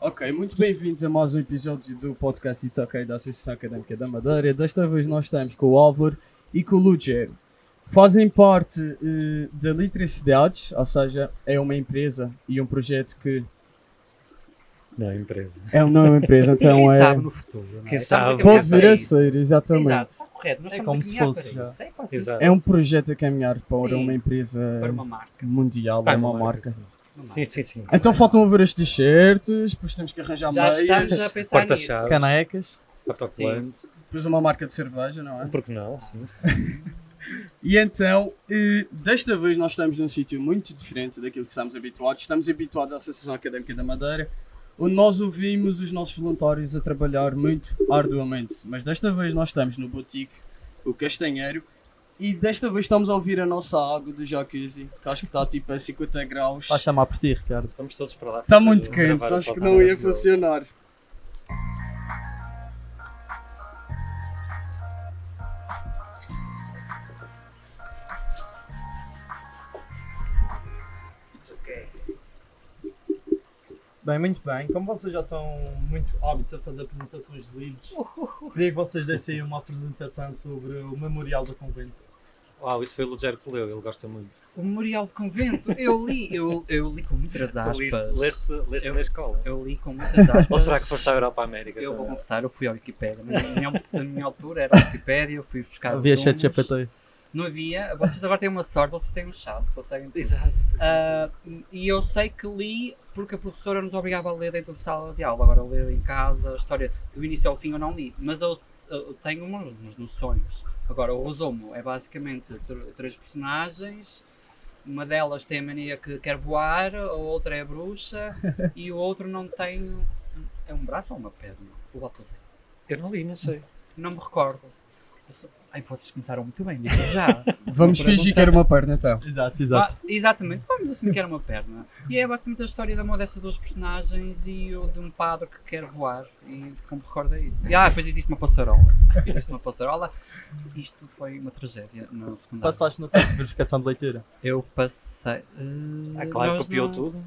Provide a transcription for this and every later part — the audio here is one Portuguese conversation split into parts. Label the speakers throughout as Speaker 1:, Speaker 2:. Speaker 1: Ok, muito bem-vindos a mais um episódio do podcast It's Ok da Associação Académica da Madeira. Desta vez nós estamos com o Álvaro e com o Lugero. Fazem parte eh, da Literacidades, ou seja, é uma empresa e um projeto que.
Speaker 2: da empresa.
Speaker 1: É um- não é uma empresa, então
Speaker 3: Quem
Speaker 1: é.
Speaker 3: sabe no futuro, não é?
Speaker 2: Quem
Speaker 3: Estamos
Speaker 2: sabe?
Speaker 3: a caminhar
Speaker 1: Pode
Speaker 3: para
Speaker 1: vir a
Speaker 3: isso.
Speaker 1: ser, exatamente.
Speaker 3: Exato, está correto. Nós
Speaker 2: É
Speaker 3: estamos
Speaker 2: como
Speaker 3: a
Speaker 2: se
Speaker 3: caminhar
Speaker 2: fosse,
Speaker 3: para
Speaker 2: já.
Speaker 3: isso. É quase
Speaker 2: Exato.
Speaker 1: É um projeto a caminhar para
Speaker 3: Sim.
Speaker 1: uma empresa
Speaker 3: isso. Para uma marca.
Speaker 1: mundial,
Speaker 2: Pá,
Speaker 1: é uma marca.
Speaker 2: Ah, sim. Sim, sim, sim.
Speaker 1: Então faltam ver as t-shirts, depois temos que arranjar
Speaker 3: Já
Speaker 1: meias,
Speaker 3: estamos a pensar nisso.
Speaker 2: Porta-chaves,
Speaker 4: Canecas.
Speaker 2: autocolante.
Speaker 1: depois uma marca de cerveja, não é?
Speaker 2: Por que não? Sim, sim.
Speaker 1: E então, eh, desta vez nós estamos num sítio muito diferente daquilo que estamos habituados. Estamos habituados à Associação Académica da Madeira, onde nós ouvimos os nossos voluntários a trabalhar muito arduamente. Mas desta vez nós estamos no boutique, o Castanheiro, e desta vez estamos a ouvir a nossa água do jacuzzi, que acho que está tipo a 50 graus.
Speaker 4: Vai chamar por ti, Ricardo.
Speaker 2: Vamos todos para lá.
Speaker 1: Está
Speaker 2: fazer-
Speaker 1: Tá muito quente,
Speaker 2: gravar o
Speaker 1: acho que
Speaker 2: podcast
Speaker 1: não ia
Speaker 2: do-
Speaker 1: funcionar.
Speaker 3: It's ok.
Speaker 4: Bem, muito bem. Como vocês já estão muito hábitos a fazer apresentações de livros, queria que vocês dessem aí uma apresentação sobre o Memorial do Convento.
Speaker 2: Uau, isso foi o Lugero que leu, ele gosta muito.
Speaker 3: O Memorial de Convento, eu li, eu, eu li
Speaker 1: Tá,
Speaker 3: com muitas
Speaker 2: Tu
Speaker 3: aspas.
Speaker 2: liste, leste, leste
Speaker 3: Eu-
Speaker 2: na escola.
Speaker 3: Eu li com muitas aspas.
Speaker 2: Ou será que foste à Europa América?
Speaker 3: Eu vou
Speaker 2: também?
Speaker 3: confessar, eu fui à Wikipédia. Na minha, na minha altura era a Wikipédia, eu fui buscar.
Speaker 4: Ah, Havia
Speaker 3: resumos.
Speaker 4: chat GPT.
Speaker 3: Não havia. Vocês agora têm uma sorte, vocês têm um chat, conseguem. tudo.
Speaker 2: Exato. pois é,
Speaker 3: Ah, e eu sei que li porque a professora nos obrigava a ler dentro de sala de aula. Agora, ler em casa, a história do início ao fim eu não li, mas eu, eu tenho umas, umas noções. Agora, o resumo é basicamente tr- três personagens. Uma delas tem a mania que quer voar, a outra é bruxa e o outro não tem. É um braço ou uma perna? O Baltazar.
Speaker 2: pois é. Eu não li, não sei.
Speaker 3: Não me recordo. Eu sou- Ai, vocês começaram muito bem, digo já.
Speaker 1: Vamos
Speaker 3: Vou
Speaker 1: fingir que era uma perna então.
Speaker 4: Exato, exato.
Speaker 3: Ah, exatamente, vamos assumir que era uma perna. E é basicamente a história da uma dessas duas personagens e o de um padre que quer voar. E como recorda isso. E, ah, depois existe uma passarola. Existe uma passarola. Isto foi uma tragédia no secundário.
Speaker 4: Passaste no teste de verificação de leitura.
Speaker 3: Eu passei. hum,
Speaker 2: Ah, claro,
Speaker 3: nós
Speaker 2: copiou
Speaker 3: não-
Speaker 2: tudo.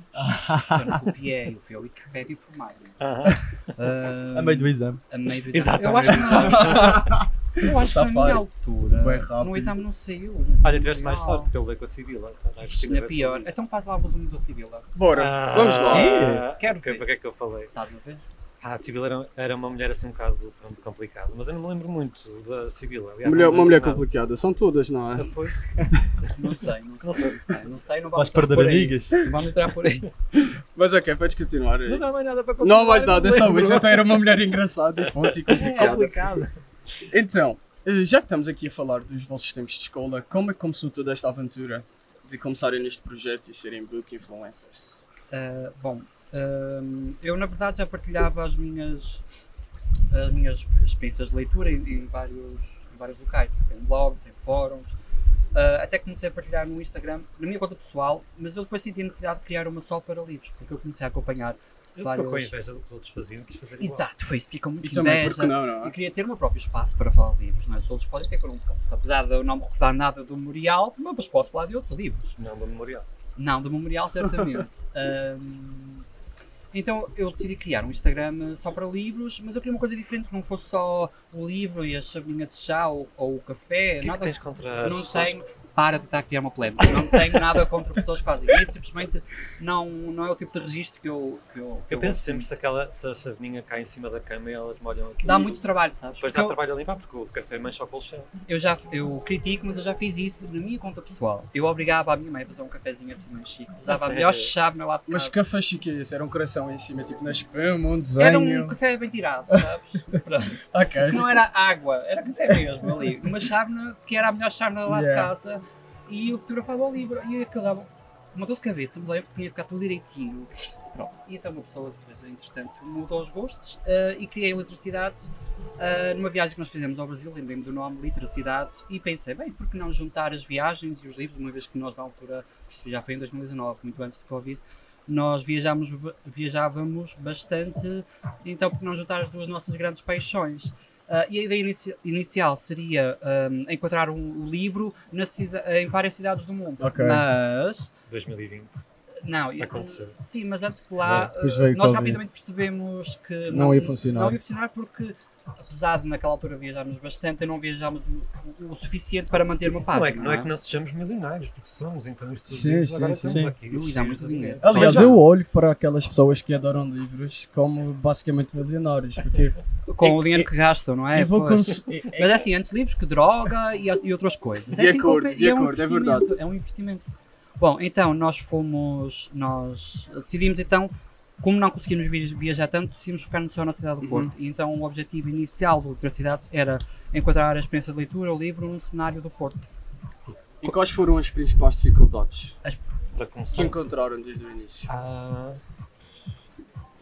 Speaker 3: Eu não copiei, eu fui ao Wikipedia informar-me.
Speaker 2: Aham.
Speaker 3: Hum,
Speaker 4: A meio do exame.
Speaker 3: a meio do exame.
Speaker 2: Exatamente.
Speaker 3: Eu acho que, não, eu acho que na minha
Speaker 1: Safari.
Speaker 3: altura.
Speaker 1: Bem rápido.
Speaker 3: No exame não saiu.
Speaker 2: Olha, tiveste mais
Speaker 3: Não.
Speaker 2: sorte que ele leu com a Sibila. Tá,
Speaker 1: é
Speaker 2: a Cristina
Speaker 3: Tinha
Speaker 2: vai
Speaker 3: pior.
Speaker 2: saber.
Speaker 3: Então faz lá o resumo da Sibila.
Speaker 1: Bora, vamos lá.
Speaker 2: Ah,
Speaker 3: Quero
Speaker 2: ok,
Speaker 3: ver.
Speaker 2: Para que é que eu falei?
Speaker 3: Estás a ver?
Speaker 2: Ah, a Sibila era, era uma mulher assim um bocado pronto, complicada, mas eu não me lembro muito da Sibila. Aliás,
Speaker 1: Mulher-
Speaker 2: não me
Speaker 1: uma mulher
Speaker 2: lembro de
Speaker 1: complicada, são todas, não é?
Speaker 2: nada. Depois,
Speaker 3: Não sei, não,
Speaker 2: Não sei.
Speaker 3: sei, não sei, não sei, não vamos
Speaker 4: Vais
Speaker 3: entrar
Speaker 4: perder
Speaker 3: por aí.
Speaker 4: amigas.
Speaker 3: Não vamos entrar por aí.
Speaker 1: Mas ok, podes continuar. aí.
Speaker 2: não dá mais nada para continuar.
Speaker 1: Não há mais nada, é
Speaker 2: eu
Speaker 1: só
Speaker 2: me
Speaker 1: isso.
Speaker 2: lembro.
Speaker 1: Então era uma mulher engraçada e ponto, e
Speaker 3: É,
Speaker 1: complicada.
Speaker 2: Complicada.
Speaker 1: Então, eh, já que estamos aqui a falar dos vossos tempos de escola, como é que começou toda esta aventura de começarem neste projeto e serem book influencers?
Speaker 3: Ah, bom, ahm, eu na verdade já partilhava as minhas, as minhas experiências de leitura em, em vários, em vários locais, em blogs, em fóruns. Ah, até comecei a partilhar no Instagram, na minha conta pessoal, mas eu depois senti a necessidade de criar uma só para livros, porque eu comecei a acompanhar.
Speaker 2: Eu
Speaker 3: Vários.
Speaker 2: estou com inveja do que os outros faziam, quis fazer igual.
Speaker 3: Exato, foi isso, ficou muito
Speaker 1: E também,
Speaker 3: inveja.
Speaker 1: porque não, não
Speaker 3: Eu
Speaker 1: é?
Speaker 3: queria ter o meu próprio espaço para falar de livros, não é? Os outros podem ter por um canto. Apesar de eu não me recordar nada do memorial, mas posso falar de outros livros.
Speaker 2: Não, do memorial.
Speaker 3: Não, do memorial, certamente. Ahm, então eu decidi criar um Instagram só para livros, mas eu queria uma coisa diferente, que não fosse só o livro e a chavinha de chá ou, ou o café.
Speaker 2: O que é que
Speaker 3: nada
Speaker 2: tens contra as
Speaker 3: não
Speaker 2: pessoas?
Speaker 3: tenho, para de estar a criar uma polémica. Não tenho nada contra pessoas que fazem isso, simplesmente não, não é o tipo de registro que eu. Que eu, que
Speaker 2: Eu penso sempre se, aquela, se a chaveninha cai em cima da cama e elas molham aquilo.
Speaker 3: Dá
Speaker 2: tudo.
Speaker 3: muito trabalho, sabes?
Speaker 2: Depois
Speaker 3: Porque
Speaker 2: dá
Speaker 3: eu-
Speaker 2: trabalho a limpar, porque o de café mancha o colchão.
Speaker 3: eu já eu critico, mas eu já fiz isso na minha conta pessoal. Eu obrigava a minha mãe a fazer um cafezinho assim mais chique. Usava a
Speaker 2: Ah, sério?
Speaker 3: melhor chave na lata.
Speaker 1: Mas que café chique é esse? Era um coração em cima, tipo na espuma, um desenho.
Speaker 3: era um café bem tirado, sabes? Pronto.
Speaker 1: Ok.
Speaker 3: Não era água, era café mesmo ali. Uma chávena que era a melhor chávena lá
Speaker 1: Yeah.
Speaker 3: de casa. E eu fotografava o livro e aquilo dava uma dor de cabeça, me lembro que tinha ficado tudo direitinho. Pronto. E então uma pessoa depois, entretanto, mudou os gostos eh, e criei Eletricidades eh, numa viagem que nós fizemos ao Brasil, lembrei-me do nome Literacidades e pensei, bem, por que não juntar as viagens e os livros, uma vez que nós na altura, isto já foi em 2019, muito antes do Covid, nós viajámos, ba- viajávamos bastante, então por que não juntar as duas nossas grandes paixões? Ah, e a ideia inici- inicial seria ah, ahm, encontrar um livro na cida- em várias cidades do mundo.
Speaker 1: Ok.
Speaker 3: Mas
Speaker 2: 2020.
Speaker 3: Não, eu-
Speaker 2: Aconteceu.
Speaker 3: Sim, mas antes de lá,
Speaker 5: É, Depois
Speaker 3: eh,
Speaker 5: veio
Speaker 3: nós
Speaker 5: Covid.
Speaker 3: rapidamente percebemos que
Speaker 5: Não ia funcionar.
Speaker 3: Não ia funcionar porque, apesar de naquela altura viajarmos bastante, não viajámos o- o, o suficiente para manter uma página.
Speaker 2: Não é, que- não é que
Speaker 3: é?
Speaker 2: não sejamos milionários, porque somos, então isto
Speaker 5: Sim,
Speaker 2: livros
Speaker 5: sim,
Speaker 2: agora
Speaker 5: sim.
Speaker 2: estamos aqui.
Speaker 3: Luís, há
Speaker 2: cheios
Speaker 3: muito
Speaker 2: de
Speaker 3: dinheiro.
Speaker 2: dinheiro.
Speaker 1: Aliás,
Speaker 5: Aliás,
Speaker 1: já-
Speaker 5: eu olho para aquelas pessoas que adoram livros como basicamente milionários, porque
Speaker 3: Com o dinheiro que gastam, não
Speaker 1: Ah,
Speaker 3: é?
Speaker 5: É eu vou
Speaker 3: Pois.
Speaker 5: cons- é-
Speaker 3: Mas é assim, antes livros que droga e, e outras coisas.
Speaker 1: De
Speaker 3: assim que eu
Speaker 1: acordo,
Speaker 3: pe-
Speaker 1: de
Speaker 3: e um
Speaker 1: acordo, é
Speaker 3: investimento,
Speaker 1: verdade.
Speaker 3: É um investimento. Bom, então nós fomos, nós decidimos então, como não conseguimos vi- viajar tanto, decidimos focar-nos só na cidade do
Speaker 1: Uhum.
Speaker 3: Porto. E então o objetivo inicial do Ultracidades era encontrar a experiência de leitura, o livro, num cenário do Porto.
Speaker 1: E quais foram as principais dificuldades
Speaker 2: Para
Speaker 1: que
Speaker 2: começar,
Speaker 1: encontraram desde o início?
Speaker 2: Ah,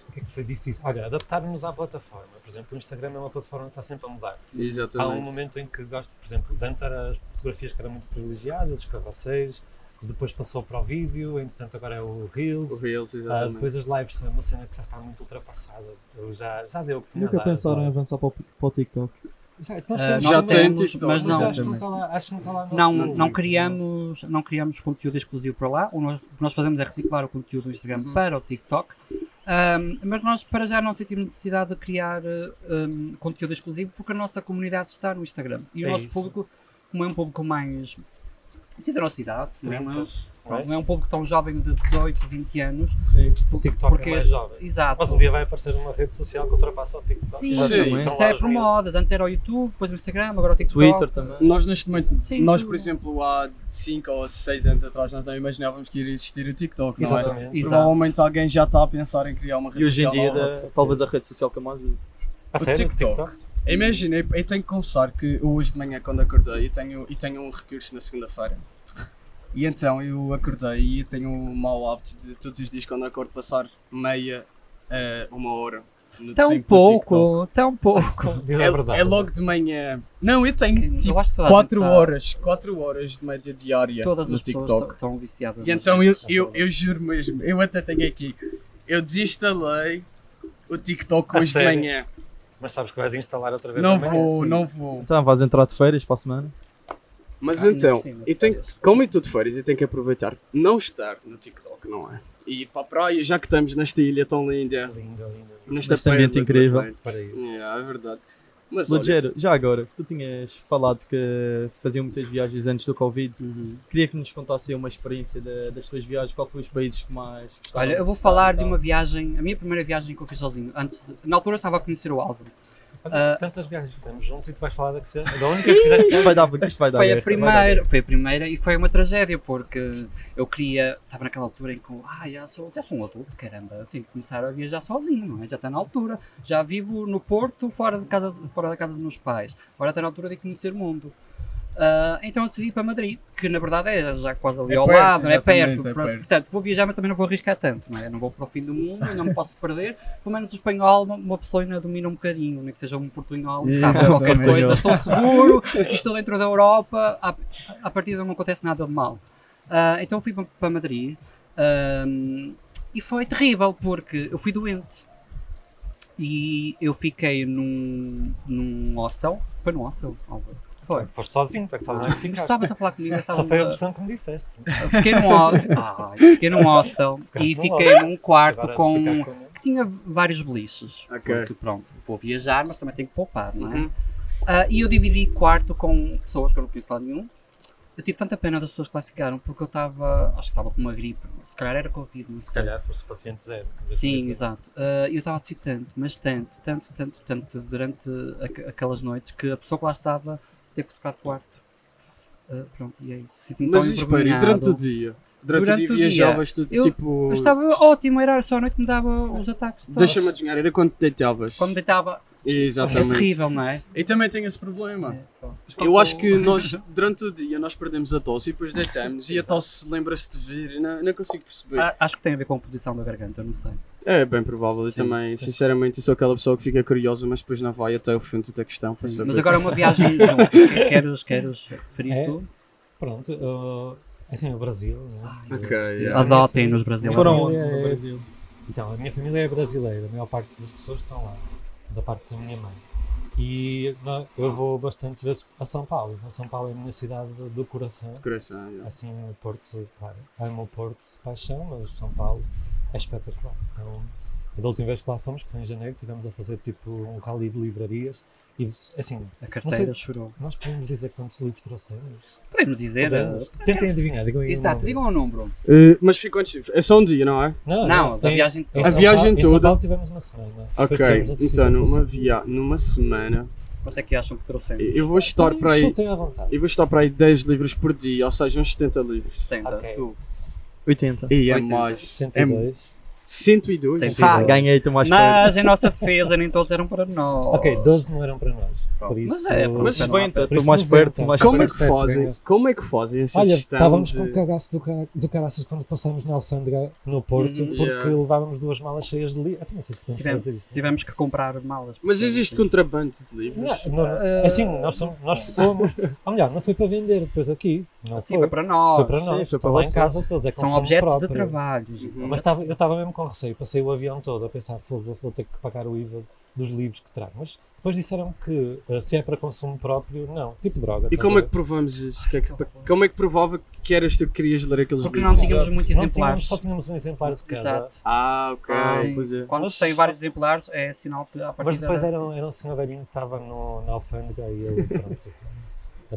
Speaker 2: o que é que foi difícil? Olha, adaptarmos à plataforma. Por exemplo, o Instagram é uma plataforma que está sempre a mudar. Há um
Speaker 1: Exatamente.
Speaker 2: momento em que gosto, por exemplo, de antes eram as fotografias que eram muito privilegiadas, os carrosséis, depois passou para o vídeo, entretanto agora é o Reels.
Speaker 1: O Reels,
Speaker 2: Ah,
Speaker 1: exatamente.
Speaker 2: depois as lives são uma cena que já está muito ultrapassada. Eu já, já deu o que tinha a
Speaker 4: Nunca
Speaker 2: dar
Speaker 4: pensaram em
Speaker 2: agora.
Speaker 4: avançar para o, para o TikTok.
Speaker 2: Já, nós
Speaker 3: Ah,
Speaker 2: temos
Speaker 1: já
Speaker 2: também,
Speaker 1: tem,
Speaker 3: temos,
Speaker 1: TikTok,
Speaker 3: mas
Speaker 2: mas
Speaker 3: não.
Speaker 2: acho que não está lá, acho que não está lá o nosso
Speaker 3: Não, não
Speaker 2: público.
Speaker 3: criamos, não criamos conteúdo exclusivo para lá. O, nós- o que nós fazemos é reciclar o conteúdo do Instagram
Speaker 1: Uhum.
Speaker 3: para o TikTok. Ahm, mas nós, para já, não sentimos necessidade de criar eh, ahm, conteúdo exclusivo porque a nossa comunidade está no Instagram. E o
Speaker 2: É
Speaker 3: nosso
Speaker 2: isso.
Speaker 3: público, como é um público mais. assim, da nossa idade, não é?
Speaker 2: 30, não é?
Speaker 3: Não é um público tão jovem de 18, 20 anos.
Speaker 4: Sim.
Speaker 2: O TikTok é mais
Speaker 3: esse-
Speaker 2: jovem.
Speaker 3: Exato.
Speaker 2: Mas um dia vai aparecer uma rede social que ultrapassa o TikTok.
Speaker 3: Sim,
Speaker 1: Sim,
Speaker 3: sim.
Speaker 1: então
Speaker 3: Isso é por modas. Antes era o YouTube, depois o Instagram, agora o TikTok.
Speaker 4: Twitter também.
Speaker 1: Nós neste momento,
Speaker 3: Sim,
Speaker 1: nós
Speaker 3: tudo.
Speaker 1: por exemplo há 5 ou 6 anos atrás nós não imaginávamos que iria existir o TikTok, não é?
Speaker 2: Exatamente.
Speaker 3: Exato.
Speaker 1: Provavelmente alguém já está a pensar em criar uma rede
Speaker 4: E hoje em
Speaker 1: social
Speaker 4: dia,
Speaker 1: nova.
Speaker 4: da-
Speaker 2: certeza.
Speaker 4: talvez a rede social que eu mais uso.
Speaker 2: A
Speaker 1: O
Speaker 2: sério?
Speaker 1: TikTok.
Speaker 2: TikTok?
Speaker 1: Imagina, eu eu tenho que confessar que hoje de manhã quando acordei eu tenho, eu tenho um recurso na segunda-feira. E então eu acordei e eu tenho o mau hábito de todos os dias quando acordo passar meia, eh, uma hora no
Speaker 3: Tão
Speaker 1: tempo do TikTok.
Speaker 3: pouco, tão pouco.
Speaker 2: Diz a verdade.
Speaker 1: É, é logo de manhã. Não, eu tenho tipo
Speaker 3: Eu acho que toda a gente
Speaker 1: 4
Speaker 3: tá-
Speaker 1: horas, 4 horas de média diária
Speaker 3: Todas
Speaker 1: no
Speaker 3: as pessoas
Speaker 1: TikTok.
Speaker 3: estão- estão viciadas.
Speaker 1: E
Speaker 3: nas
Speaker 1: então eu,
Speaker 3: redes.
Speaker 1: eu, eu juro mesmo, eu até tenho aqui. Eu desinstalei o TikTok
Speaker 2: A
Speaker 1: hoje de
Speaker 2: sério? é
Speaker 1: manhã.
Speaker 2: Mas sabes que vais instalar outra vez
Speaker 1: Não
Speaker 2: amanhã?
Speaker 1: vou,
Speaker 2: Sim.
Speaker 1: não vou.
Speaker 4: Então, vais entrar de férias para a semana?
Speaker 1: Mas
Speaker 3: Ah,
Speaker 1: então,
Speaker 3: ainda por cima,
Speaker 1: eu tenho,
Speaker 3: talvez.
Speaker 1: como em tudo de férias, eu tenho que aproveitar não estar no TikTok, não é? E ir para a praia, já que estamos nesta ilha tão linda.
Speaker 2: Linda, linda, linda.
Speaker 1: Nesta
Speaker 4: Neste ambiente
Speaker 1: perla do
Speaker 4: incrível.
Speaker 1: Atlântico.
Speaker 2: Para isso.
Speaker 1: Yeah, é verdade. Mas olha,
Speaker 4: Lugero, já agora, tu tinhas falado que faziam muitas viagens antes do Covid. Queria que nos contasse aí uma experiência da- das tuas viagens. Qual foi os países que mais gostaram
Speaker 3: Olha, eu vou
Speaker 4: visitar e
Speaker 3: falar de
Speaker 1: então.
Speaker 4: tal?
Speaker 3: uma viagem, a minha primeira viagem que eu fiz sozinho. Antes de- na altura eu estava a conhecer o Álvaro.
Speaker 2: Olha, tantas viagens fizemos juntos e tu vais falar da, que fizeste- da única que fizeste
Speaker 4: Isto vai dar, isto vai dar
Speaker 3: Foi a
Speaker 4: guerra, vai dar
Speaker 3: primeira, foi a primeira e foi uma tragédia porque eu queria, estava naquela altura em que eu, ah, já sou, já sou um adulto, caramba, eu tenho que começar a viajar sozinho, não é? Já está na altura. Já vivo no Porto, fora de casa, fora da casa dos meus pais. Agora está na altura de conhecer o mundo. Ah, então eu decidi ir para Madrid, que na verdade é já quase ali
Speaker 1: É
Speaker 3: ao
Speaker 1: perto,
Speaker 3: lado, não é
Speaker 1: exatamente,
Speaker 3: perto,
Speaker 1: é
Speaker 3: Pro-
Speaker 1: perto.
Speaker 3: Portanto, vou viajar, mas também não vou arriscar tanto, não é? Não vou para o fim do mundo, não me posso perder. Pelo menos o espanhol, uma- uma pessoa ainda domina um bocadinho, nem que seja um portunhol, sabe
Speaker 5: Exatamente.
Speaker 3: qualquer coisa, estou seguro, estou dentro da Europa, à, à partida não acontece nada de mal. Ah, então fui pa- para Madrid ahm, e foi terrível porque eu fui doente e eu fiquei num, num hostel. Foi num hostel, Álvaro? Foi.
Speaker 2: Tu Foste sozinho, tu é que sabes onde é que ficaste.
Speaker 3: Estavas a falar comigo, eu estava
Speaker 2: Só foi a
Speaker 3: a-
Speaker 2: versão que me disseste. sim.
Speaker 3: Fiquei num hostel, Ai, fiquei num hostel
Speaker 2: Ficaste
Speaker 3: e
Speaker 2: num
Speaker 3: fiquei
Speaker 2: hostel.
Speaker 3: num quarto
Speaker 2: Agora
Speaker 3: com
Speaker 2: se ficaste ou não.
Speaker 3: que tinha vários beliches.
Speaker 1: Ok.
Speaker 3: Porque pronto, vou viajar, mas também tenho que poupar, não é?
Speaker 1: Uhum.
Speaker 3: Ah, e eu dividi quarto com pessoas que eu não conheço lá nenhum. Eu tive tanta pena das pessoas que lá ficaram porque eu estava, acho que estava com uma gripe, se calhar era Covid, não
Speaker 2: Se
Speaker 3: sei.
Speaker 2: calhar foste paciente zero.
Speaker 3: Sim, exato. Ah, eu estava a tossir tanto, mas tanto, tanto, tanto, tanto durante aqu- aquelas noites que a pessoa que lá estava teve que trocar de quarto. Ah, pronto, e é isso. Sinto-me
Speaker 1: mas
Speaker 3: tão
Speaker 1: espera, e durante
Speaker 3: envergonhado.
Speaker 1: o dia? Durante,
Speaker 3: Durante
Speaker 1: o dia
Speaker 3: o dia,
Speaker 1: viajavas tu,
Speaker 3: eu-
Speaker 1: tipo...
Speaker 3: Eu estava ótimo, era só a noite que me dava os ataques. de tosse.
Speaker 1: Deixa-me adivinhar, era quando te deitavas.
Speaker 3: Quando deitava, é
Speaker 1: Exatamente.
Speaker 3: terrível, não é?
Speaker 1: E também tenho esse problema.
Speaker 3: É, pronto.
Speaker 1: Eu acho que nós, durante o dia, nós perdemos a tosse e depois deitamos e a tosse lembra-se de vir. Eu Não, eu não consigo perceber.
Speaker 3: A- Acho que tem a ver com a posição da garganta, não sei.
Speaker 1: É bem provável. Eu
Speaker 3: Sim.
Speaker 1: também, sinceramente, sou aquela pessoa que fica curiosa, mas depois não vai até o fundo da questão para
Speaker 3: Sim,
Speaker 1: saber.
Speaker 3: Mas agora uma viagem juntos. Que- Queres, queres referir
Speaker 2: É?
Speaker 3: tu?
Speaker 2: Pronto, uh, assim, o Brasil. não é?
Speaker 3: Ai,
Speaker 1: Ok,
Speaker 3: sim.
Speaker 1: yeah.
Speaker 3: Adotem-nos
Speaker 2: Foram-
Speaker 4: guerra.
Speaker 3: brasileiros.
Speaker 4: Foram
Speaker 2: Família
Speaker 4: onde?
Speaker 2: é-
Speaker 4: No Brasil.
Speaker 2: Então, a minha família é brasileira, a maior parte das pessoas estão lá. da parte da minha mãe. E não, eu vou bastante vezes a São Paulo. A São Paulo é a minha cidade do coração.
Speaker 1: Coração, é. yeah.
Speaker 2: Assim, o Porto, claro, amo o Porto de paixão, mas São Paulo é espetacular. Então, da última vez que lá fomos, que foi em janeiro, tivemos a fazer tipo um rally de livrarias e assim,
Speaker 3: A
Speaker 2: Não sei-
Speaker 3: carteira chorou.
Speaker 2: nós podemos dizer quantos livros trouxemos?
Speaker 3: Podemos
Speaker 1: É,
Speaker 3: dizer.
Speaker 2: Podemos? um
Speaker 3: uh,
Speaker 2: Tentem adivinhar, digam aí. o
Speaker 3: Exato,
Speaker 2: número.
Speaker 3: digam o número.
Speaker 1: Eh, mas ficou antes. É só um dia, não é?
Speaker 2: Não,
Speaker 3: Não, da
Speaker 2: em-
Speaker 3: viagem
Speaker 2: em
Speaker 1: A
Speaker 2: São
Speaker 1: viagem
Speaker 2: Paulo- Em São
Speaker 1: toda.
Speaker 2: Paulo tivemos uma semana.
Speaker 1: Ok,
Speaker 2: Depois tivemos outro sítio
Speaker 1: então
Speaker 2: de
Speaker 1: numa,
Speaker 2: trouxer.
Speaker 1: via... numa semana.
Speaker 3: Quanto é que acham que trouxemos?
Speaker 1: Eu vou estar
Speaker 2: Então,
Speaker 1: para aí.
Speaker 2: Chutem à vontade.
Speaker 1: Eu vou estar para aí 10 livros por dia, ou seja, uns 70 livros.
Speaker 3: 70.
Speaker 2: Ok.
Speaker 3: Tu.
Speaker 5: 80.
Speaker 1: E é
Speaker 3: 80.
Speaker 1: mais.
Speaker 2: 62.
Speaker 1: 102?
Speaker 2: Cento e
Speaker 4: Ah,
Speaker 2: dois.
Speaker 4: ganhei-te mais perto.
Speaker 3: Mas em nossa defesa, nem todos eram para nós.
Speaker 2: Ok, 12 não eram para nós.
Speaker 3: Pronto.
Speaker 2: Por isso.
Speaker 3: Mas é, pronto,
Speaker 1: Mas
Speaker 3: já não há tanto.
Speaker 4: 90,
Speaker 2: por
Speaker 4: estou
Speaker 2: isso
Speaker 4: mais
Speaker 2: 90.
Speaker 4: perto, mais
Speaker 1: Como é
Speaker 4: perto.
Speaker 2: Mas
Speaker 1: que
Speaker 2: perto,
Speaker 1: fazem?
Speaker 2: ganhaste.
Speaker 1: Como é que fazem essa
Speaker 2: Olha,
Speaker 1: gestão
Speaker 2: estávamos
Speaker 1: de-
Speaker 2: com cagaço do, cara, do caraças quando passámos na alfândega no Porto,
Speaker 3: Uhum.
Speaker 2: porque
Speaker 1: Yeah.
Speaker 2: levávamos duas malas cheias de livros. Até não sei se podemos
Speaker 3: Tivemos-
Speaker 2: fazer isto.
Speaker 3: Tivemos que comprar malas. assim,
Speaker 1: Mas existe um- contrabando de livros?
Speaker 2: Não, não, assim, nós somos, nós fomos. Ou melhor, não foi para vender depois aqui. Não
Speaker 3: Sim,
Speaker 2: foi.
Speaker 3: foi para nós.
Speaker 2: Foi para nós.
Speaker 4: Sim, foi
Speaker 2: Está
Speaker 4: para
Speaker 2: lá em
Speaker 4: vocês.
Speaker 2: casa todos. É
Speaker 3: São
Speaker 2: consumo
Speaker 3: objetos
Speaker 2: próprio.
Speaker 3: de
Speaker 1: Uhum.
Speaker 3: trabalho.
Speaker 2: Mas estava- eu estava mesmo com receio, passei o avião todo a pensar, fogo, vou- vou ter que pagar o IVA dos livros que trago. Mas depois disseram que eh, se é para consumo próprio, não, tipo droga.
Speaker 1: E
Speaker 2: estás
Speaker 1: como
Speaker 2: a
Speaker 1: é que
Speaker 2: ver?
Speaker 1: provamos isso? Que é que- como é que provava que eras tu que querias ler aqueles
Speaker 3: Porque
Speaker 1: livros?
Speaker 3: não tínhamos
Speaker 4: Exato.
Speaker 3: muitos
Speaker 2: não tínhamos,
Speaker 3: exemplares.
Speaker 2: só tínhamos um exemplar de cada,
Speaker 3: Exato.
Speaker 1: Ah, ok.
Speaker 3: Ah, sim.
Speaker 1: pois é.
Speaker 3: Quando
Speaker 2: Mas-
Speaker 3: tem vários exemplares, é sinal que a partir
Speaker 2: mas depois era, um- era um senhor velhinho que estava no- na alfândega e ele, pronto,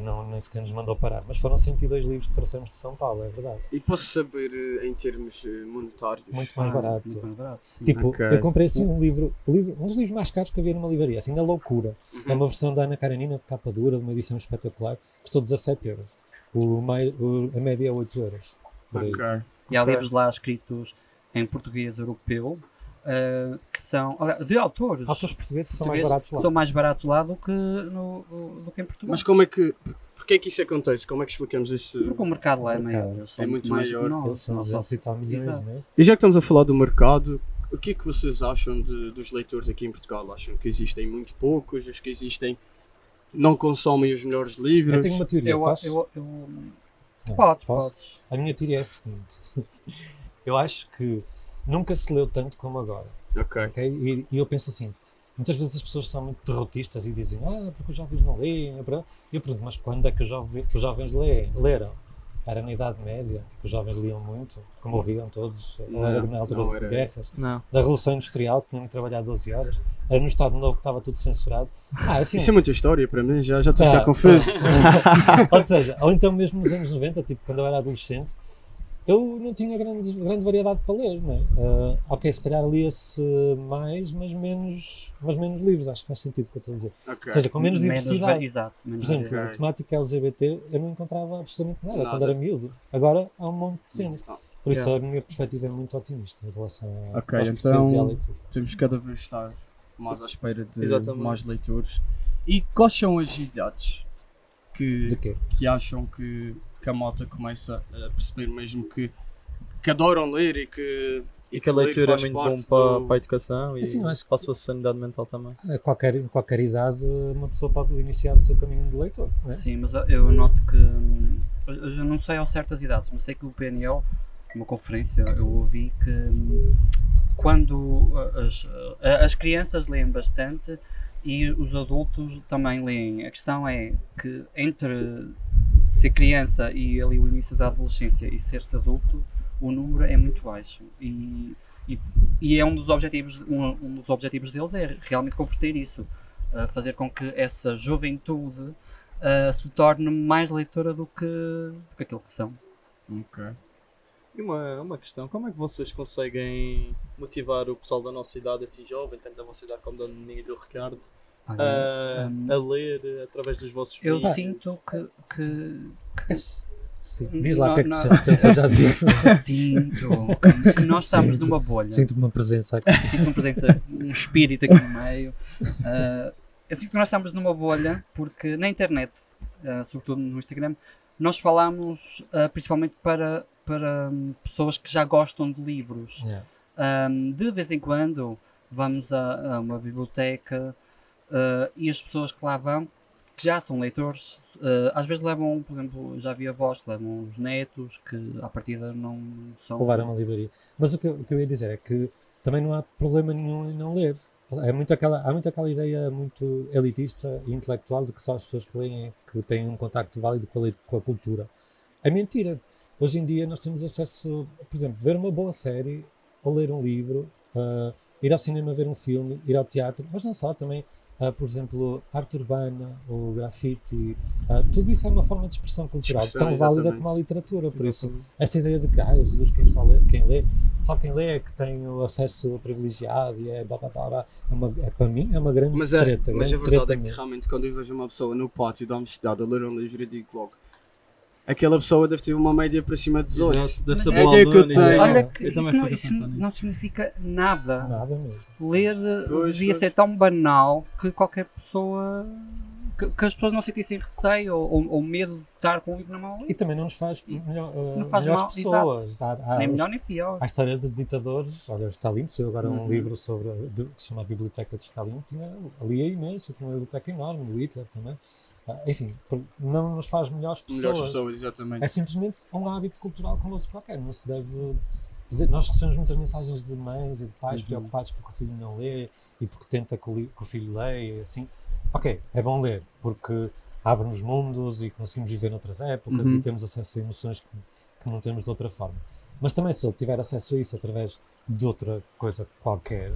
Speaker 2: não, nem sequer nos mandou parar. Mas foram 102 livros que trouxemos de São Paulo, é verdade.
Speaker 1: E posso saber eh, em termos eh, monetários?
Speaker 2: Muito mais barato.
Speaker 3: Tipo,
Speaker 2: Tipo,
Speaker 1: Ok.
Speaker 2: eu comprei assim um livro, o livro- um dos livros mais caros que havia numa livraria, assim na loucura. É
Speaker 1: Uhum.
Speaker 2: uma versão da Ana Karenina de capa dura, de uma edição espetacular, custou 17 euros. O, mai- o- a média é 8 euros. por aí.
Speaker 1: Ok.
Speaker 3: e há
Speaker 1: ok.
Speaker 3: livros lá escritos em português europeu ah, que são aliás, de autores.
Speaker 2: Autores portugueses que são mais
Speaker 3: portugueses
Speaker 2: baratos lá.
Speaker 3: que São mais baratos lá do que, no- do- do que em Portugal.
Speaker 1: Mas como é que. Porquê é que isso acontece? Como é que explicamos isso?
Speaker 3: Porque o mercado lá é
Speaker 2: O
Speaker 3: maior.
Speaker 2: mercado
Speaker 3: Eles são
Speaker 1: é muito
Speaker 3: mais
Speaker 1: maior.
Speaker 3: que nós,
Speaker 2: Eles são
Speaker 3: nós
Speaker 2: 200 e tal milhões,
Speaker 3: Exato.
Speaker 2: né?
Speaker 1: E já que estamos a falar do mercado, o que é que vocês acham de- dos leitores aqui em Portugal? Acham que existem muito poucos? Os que existem não consomem os melhores livros?
Speaker 2: Eu tenho uma teoria.
Speaker 3: Eu,
Speaker 2: posso?
Speaker 3: eu, eu,
Speaker 2: Não,
Speaker 3: podes,
Speaker 2: posso?
Speaker 3: podes.
Speaker 2: A minha teoria é a seguinte: eu acho que nunca se leu tanto como agora.
Speaker 1: Ok.
Speaker 2: ok? E, e eu penso assim, muitas vezes as pessoas são muito derrotistas e dizem, ah, porque os jovens não leem, é para-" e eu pergunto, mas quando é que os, jove- os jovens leem, leram? Era na Idade Média, que os jovens liam muito, que morriam todos, ou era
Speaker 1: Não,
Speaker 2: na altura
Speaker 1: não
Speaker 2: de
Speaker 1: era.
Speaker 2: guerras,
Speaker 4: Não.
Speaker 2: da Revolução Industrial, que tinham que trabalhar 12 horas, era no Estado Novo que estava tudo censurado. Ah, assim,
Speaker 1: Isso é muita história para mim, já, já estou a
Speaker 2: Tá,
Speaker 1: ficar confuso.
Speaker 2: tá. ou seja, ou então mesmo nos anos 90, tipo quando eu era adolescente, eu não tinha grande, grande variedade para ler, não é? Ah, ok, se calhar lia-se mais, mas menos, mas menos livros, acho que faz sentido o que eu estou a dizer.
Speaker 1: Ok.
Speaker 2: Ou é. seja, com menos
Speaker 3: va-
Speaker 2: diversidade.
Speaker 3: Exato.
Speaker 2: Por
Speaker 3: Menos
Speaker 2: exemplo,
Speaker 1: Ok.
Speaker 2: a temática LGBT eu não encontrava absolutamente nada,
Speaker 1: Nada.
Speaker 2: quando era miúdo. Agora há um monte de cenas.
Speaker 1: Ah,
Speaker 2: Por isso a minha perspectiva é muito otimista em relação a-
Speaker 5: Ok,
Speaker 2: aos portugueses e à
Speaker 5: então-
Speaker 2: leitura.
Speaker 5: Temos cada vez estar mais à espera de
Speaker 4: Exatamente.
Speaker 5: mais leitores. E quais são as idades que,
Speaker 2: De quê?
Speaker 5: que acham que, que a malta começa a perceber mesmo que, que adoram ler e que.
Speaker 4: E
Speaker 1: que
Speaker 4: que a
Speaker 1: ler
Speaker 4: leitura é
Speaker 1: faz
Speaker 4: muito bom
Speaker 1: parte
Speaker 4: para,
Speaker 1: do-
Speaker 4: para a educação e
Speaker 2: Assim, eu acho que-
Speaker 4: para a sua sanidade mental também.
Speaker 2: A qualquer, em qualquer idade uma pessoa pode iniciar o seu caminho de leitor, não é?
Speaker 3: Sim, mas eu- eu noto que. hum, Eu eu não sei ao certo as idades, mas sei que o PNL, numa conferência, eu ouvi que hum, quando a- as, a- as crianças leem bastante e os adultos também leem. A questão é que entre ser criança e ali o início da adolescência e ser-se adulto, o número é muito baixo. E, e, e é um dos objetivos, um, um dos objetivos deles é realmente converter isso, a fazer com que essa juventude ah, se torne mais leitora do que, do que aquilo que são.
Speaker 5: Ok.
Speaker 4: E uma, uma questão, como é que vocês conseguem motivar o pessoal da nossa idade, assim jovem, tanto da vossa idade como da minha e do Ricardo,
Speaker 2: Eh,
Speaker 4: a,
Speaker 3: hum.
Speaker 4: a ler através dos vossos
Speaker 3: Eu
Speaker 4: vídeos?
Speaker 3: sinto que, que
Speaker 2: Sim. Diz lá o que é que tu
Speaker 3: Não,
Speaker 2: sentes, que eu depois já digo.
Speaker 3: sinto que nós estamos
Speaker 2: Sinto-
Speaker 3: numa bolha.
Speaker 2: Sinto uma presença aqui.
Speaker 3: sinto uma presença, um espírito aqui no meio. Ah, eu sinto que nós estamos numa bolha, porque na internet, ah, sobretudo no Instagram, nós falamos ah, principalmente para, para hum, pessoas que já gostam de livros.
Speaker 2: Yeah.
Speaker 3: Ahm, de vez em quando vamos a, a uma biblioteca ah, e as pessoas que lá vão, que já são leitores, ah, às vezes levam, por exemplo, já vi avós que levam os netos, que à partida não são.
Speaker 2: levar a uma livraria. Mas o que, eu- o que eu ia dizer é que também não há problema nenhum em não ler. É muito aquela, há muito aquela ideia muito elitista e intelectual de que só as pessoas que leem é que têm um contacto válido com a, lit- com a cultura. É mentira. Hoje em dia nós temos acesso, por exemplo, ver uma boa série, ou ler um livro, ah, ir ao cinema ver um filme, ir ao teatro, mas não só, também, ah, por exemplo, arte urbana, ou grafite, ah, tudo isso é uma forma de expressão cultural
Speaker 1: Expressão,
Speaker 2: tão válida
Speaker 1: exatamente.
Speaker 2: como a literatura, por isso essa ideia de que ah, as luz quem só lê, quem lê, só quem lê é que tem o acesso privilegiado e é blá blá blá, blá. É, uma, é para mim é uma grande
Speaker 1: Mas, é,
Speaker 2: treta,
Speaker 1: mas
Speaker 2: grande
Speaker 1: a verdade
Speaker 2: treta
Speaker 1: é que
Speaker 2: mesmo.
Speaker 1: realmente quando eu vejo uma pessoa no pátio da universidade a ler um livro, eu digo logo: aquela pessoa deve ter uma média para cima de 18.
Speaker 4: Exato,
Speaker 3: Mas
Speaker 4: deve ser
Speaker 3: é
Speaker 4: boa
Speaker 1: que eu
Speaker 4: aluna,
Speaker 1: tenho.
Speaker 4: exato.
Speaker 3: Olha que
Speaker 4: Eu
Speaker 3: isso,
Speaker 4: também
Speaker 3: não,
Speaker 4: fico a
Speaker 3: isso
Speaker 4: pensar nisso.
Speaker 3: não significa nada.
Speaker 2: Nada mesmo.
Speaker 3: Ler eh,
Speaker 1: Pois,
Speaker 3: devia
Speaker 1: pois.
Speaker 3: ser tão banal que qualquer pessoa. que, que as pessoas não sentissem receio ou, ou- ou medo de estar com o livro na mão.
Speaker 2: E também não nos faz, melhor, uh,
Speaker 3: Não faz
Speaker 2: melhores
Speaker 3: mal,
Speaker 2: pessoas. Há, há,
Speaker 3: Nem melhor nem pior.
Speaker 2: há histórias de ditadores. Olha, o Stalin saiu agora um
Speaker 1: Uhum.
Speaker 2: livro sobre a, bi- que se chama a Biblioteca de Stalin. Tinha, ali é imenso, tinha uma biblioteca enorme, o Hitler também. Ah, enfim, por- não nos faz melhores
Speaker 1: Melhores
Speaker 2: pessoas.
Speaker 1: pessoas, exatamente.
Speaker 2: É simplesmente um hábito cultural como outro qualquer. Não se deve. deve- Nós recebemos muitas mensagens de mães e de pais
Speaker 1: Uhum.
Speaker 2: preocupados porque o filho não lê e porque tenta que o, li- que o filho leia e assim. Ok, é bom ler, porque abre-nos mundos e conseguimos viver noutras épocas
Speaker 1: Uhum.
Speaker 2: e temos acesso a emoções que, que não temos de outra forma. Mas também, se ele tiver acesso a isso através de outra coisa qualquer,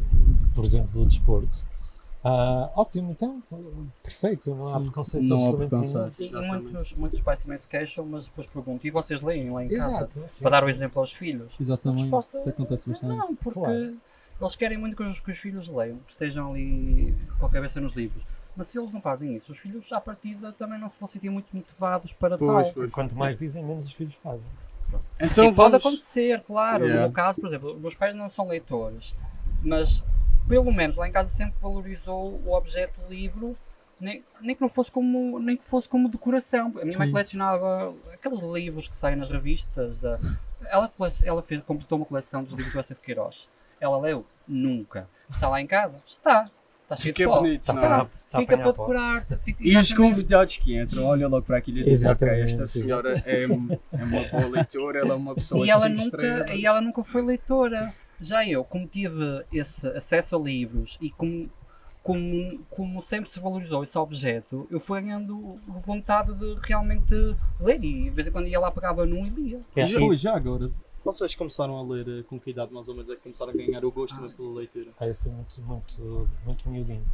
Speaker 2: por exemplo, do desporto, ah, ótimo, então, perfeito, não há
Speaker 1: Sim,
Speaker 2: preconceito
Speaker 1: não há
Speaker 2: absolutamente nenhum.
Speaker 1: preconceito.
Speaker 3: Sim, e
Speaker 1: Exatamente.
Speaker 3: muitos, muitos pais também se queixam, mas depois perguntam: e vocês leem lá em casa?
Speaker 2: Exato, sim,
Speaker 3: Para dar o
Speaker 2: sim.
Speaker 3: exemplo aos filhos?
Speaker 4: Exatamente,
Speaker 3: Resposta-
Speaker 4: isso acontece bastante.
Speaker 3: Não, porque
Speaker 2: Claro.
Speaker 3: eles querem muito que os, que os filhos leiam, que estejam ali com a cabeça nos livros. Mas se eles não fazem isso, os filhos à partida também não se vão sentir muito motivados
Speaker 2: É
Speaker 3: para
Speaker 1: Pois,
Speaker 3: tal.
Speaker 1: pois.
Speaker 2: Quanto mais dizem, menos os filhos fazem.
Speaker 1: Então
Speaker 3: Sim, pode
Speaker 1: vamos.
Speaker 3: acontecer, claro. No
Speaker 1: Yeah.
Speaker 3: meu caso, por exemplo, os meus pais não são leitores, mas pelo menos lá em casa sempre valorizou o objeto livro, nem, nem que não fosse como nem que fosse como decoração. A minha mãe
Speaker 4: Sim.
Speaker 3: colecionava aqueles livros que saem nas revistas. da- Ela cole- ela fez, completou uma coleção dos livros do Acesso Queiroz. Ela leu nunca. Está lá em casa? Está. Está cheio de
Speaker 1: Fica
Speaker 3: pó.
Speaker 1: bonito,
Speaker 2: Está
Speaker 1: não
Speaker 2: a
Speaker 1: é?
Speaker 2: apanhar, está a
Speaker 3: Fica para
Speaker 2: apanhar pó.
Speaker 3: decorar. Fica,
Speaker 1: E os
Speaker 3: exatamente.
Speaker 1: convidados que um entram olham logo para aquilo e dizem: Ok, esta
Speaker 2: Exatamente,
Speaker 1: senhora é, é uma boa leitora, ela é uma pessoa
Speaker 3: E ela,
Speaker 1: cinco
Speaker 3: nunca,
Speaker 1: estrelas.
Speaker 3: e ela nunca foi leitora. Já eu, como tive esse acesso a livros e como, como, como sempre se valorizou esse objeto, eu fui ganhando vontade de realmente ler. E de vez em quando ia lá, pegava num e lia.
Speaker 2: É,
Speaker 4: Já,
Speaker 2: e-
Speaker 4: ui, já agora. Vocês começaram a ler eh, com que idade mais ou menos é que começaram a ganhar o gosto né,
Speaker 3: Ah.
Speaker 4: pela leitura?
Speaker 2: Ah, eu fui muito, muito, muito miudinho.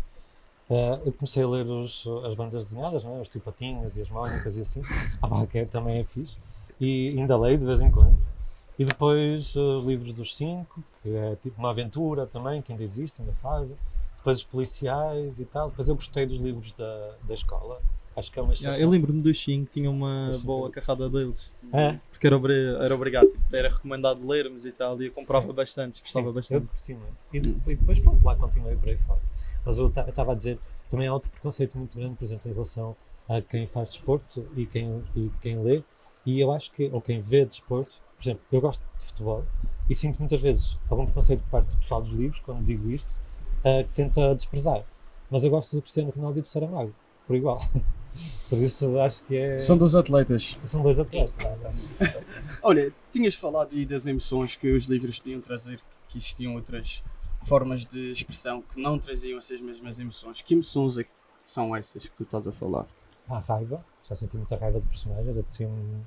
Speaker 2: Ah, eu comecei a ler os, as bandas desenhadas, não é? os Tio Patinhas e as Mónicas e assim. A Baquer também é fixe. E ainda leio de vez em quando. E depois ah, os livros dos cinco, que é tipo uma aventura também, que ainda existe, ainda fazem. Depois os policiais e tal. Depois eu gostei dos livros da, da escola. Acho que é uma
Speaker 4: Já,
Speaker 2: exceção.
Speaker 4: eu lembro-me do Xing, tinha uma
Speaker 2: Eu sei
Speaker 4: boa
Speaker 2: que-
Speaker 4: carrada deles.
Speaker 2: É?
Speaker 4: Porque era, obri- era obrigado, tipo, era recomendado lermos e tal, e eu comprava
Speaker 2: Sim.
Speaker 4: bastante,
Speaker 2: Sim,
Speaker 4: gostava
Speaker 2: Eu
Speaker 4: bastante.
Speaker 2: curti muito. E, de- e depois, pronto, lá continuei por aí fora. Mas eu estava a dizer, também há outro preconceito muito grande, por exemplo, em relação a quem faz desporto e quem, e quem lê. E eu acho que, ou quem vê desporto, por exemplo, eu gosto de futebol e sinto muitas vezes algum preconceito por parte do pessoal dos livros, quando digo isto, ah, que tenta desprezar. Mas eu gosto do Cristiano Ronaldo e do Saramago, por igual. por isso acho que é.
Speaker 1: São dos atletas.
Speaker 2: são dois atletas. tá?
Speaker 1: Olha, tinhas falado aí das emoções que os livros podiam trazer, que existiam outras formas de expressão que não traziam essas mesmas emoções. Que emoções é que são essas que tu estás a falar?
Speaker 2: Há raiva, já senti muita raiva de personagens, um, apetecia-me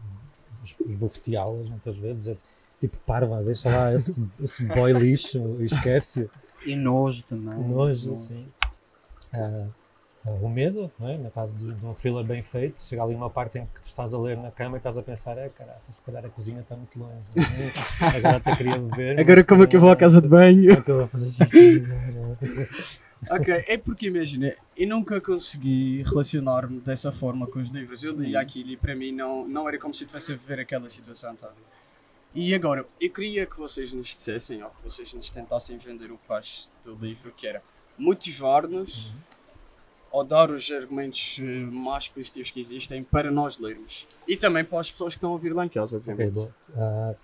Speaker 2: es- esbofeteá-las muitas vezes, dizer, tipo, parva, deixa lá esse, esse boy lixo, esquece-o,
Speaker 3: E nojo também.
Speaker 2: nojo,
Speaker 3: Não-
Speaker 2: assim. Ah, ah, o medo, não é? No caso de, de um thriller bem feito, chega ali uma parte em que tu estás a ler na cama e estás a pensar, é, cara, se calhar a cozinha está muito longe, não é? agora até queria beber. mas finalmente-
Speaker 1: banho?
Speaker 2: Como é que eu vou fazer xixi? não é?
Speaker 1: ok, é porque imagina, eu nunca consegui relacionar-me dessa forma com os livros. Eu li aquilo e para mim não, não era como se eu estivesse a viver aquela situação, tá? E agora, eu queria que vocês nos dissessem, ou que vocês nos tentassem vender o paz do livro, que era motivar-nos ou dar os argumentos eh, mais positivos que existem para nós lermos. E também para as pessoas que estão a ouvir lá em casa,
Speaker 2: Ok,
Speaker 1: obviamente.
Speaker 2: bom. Ah,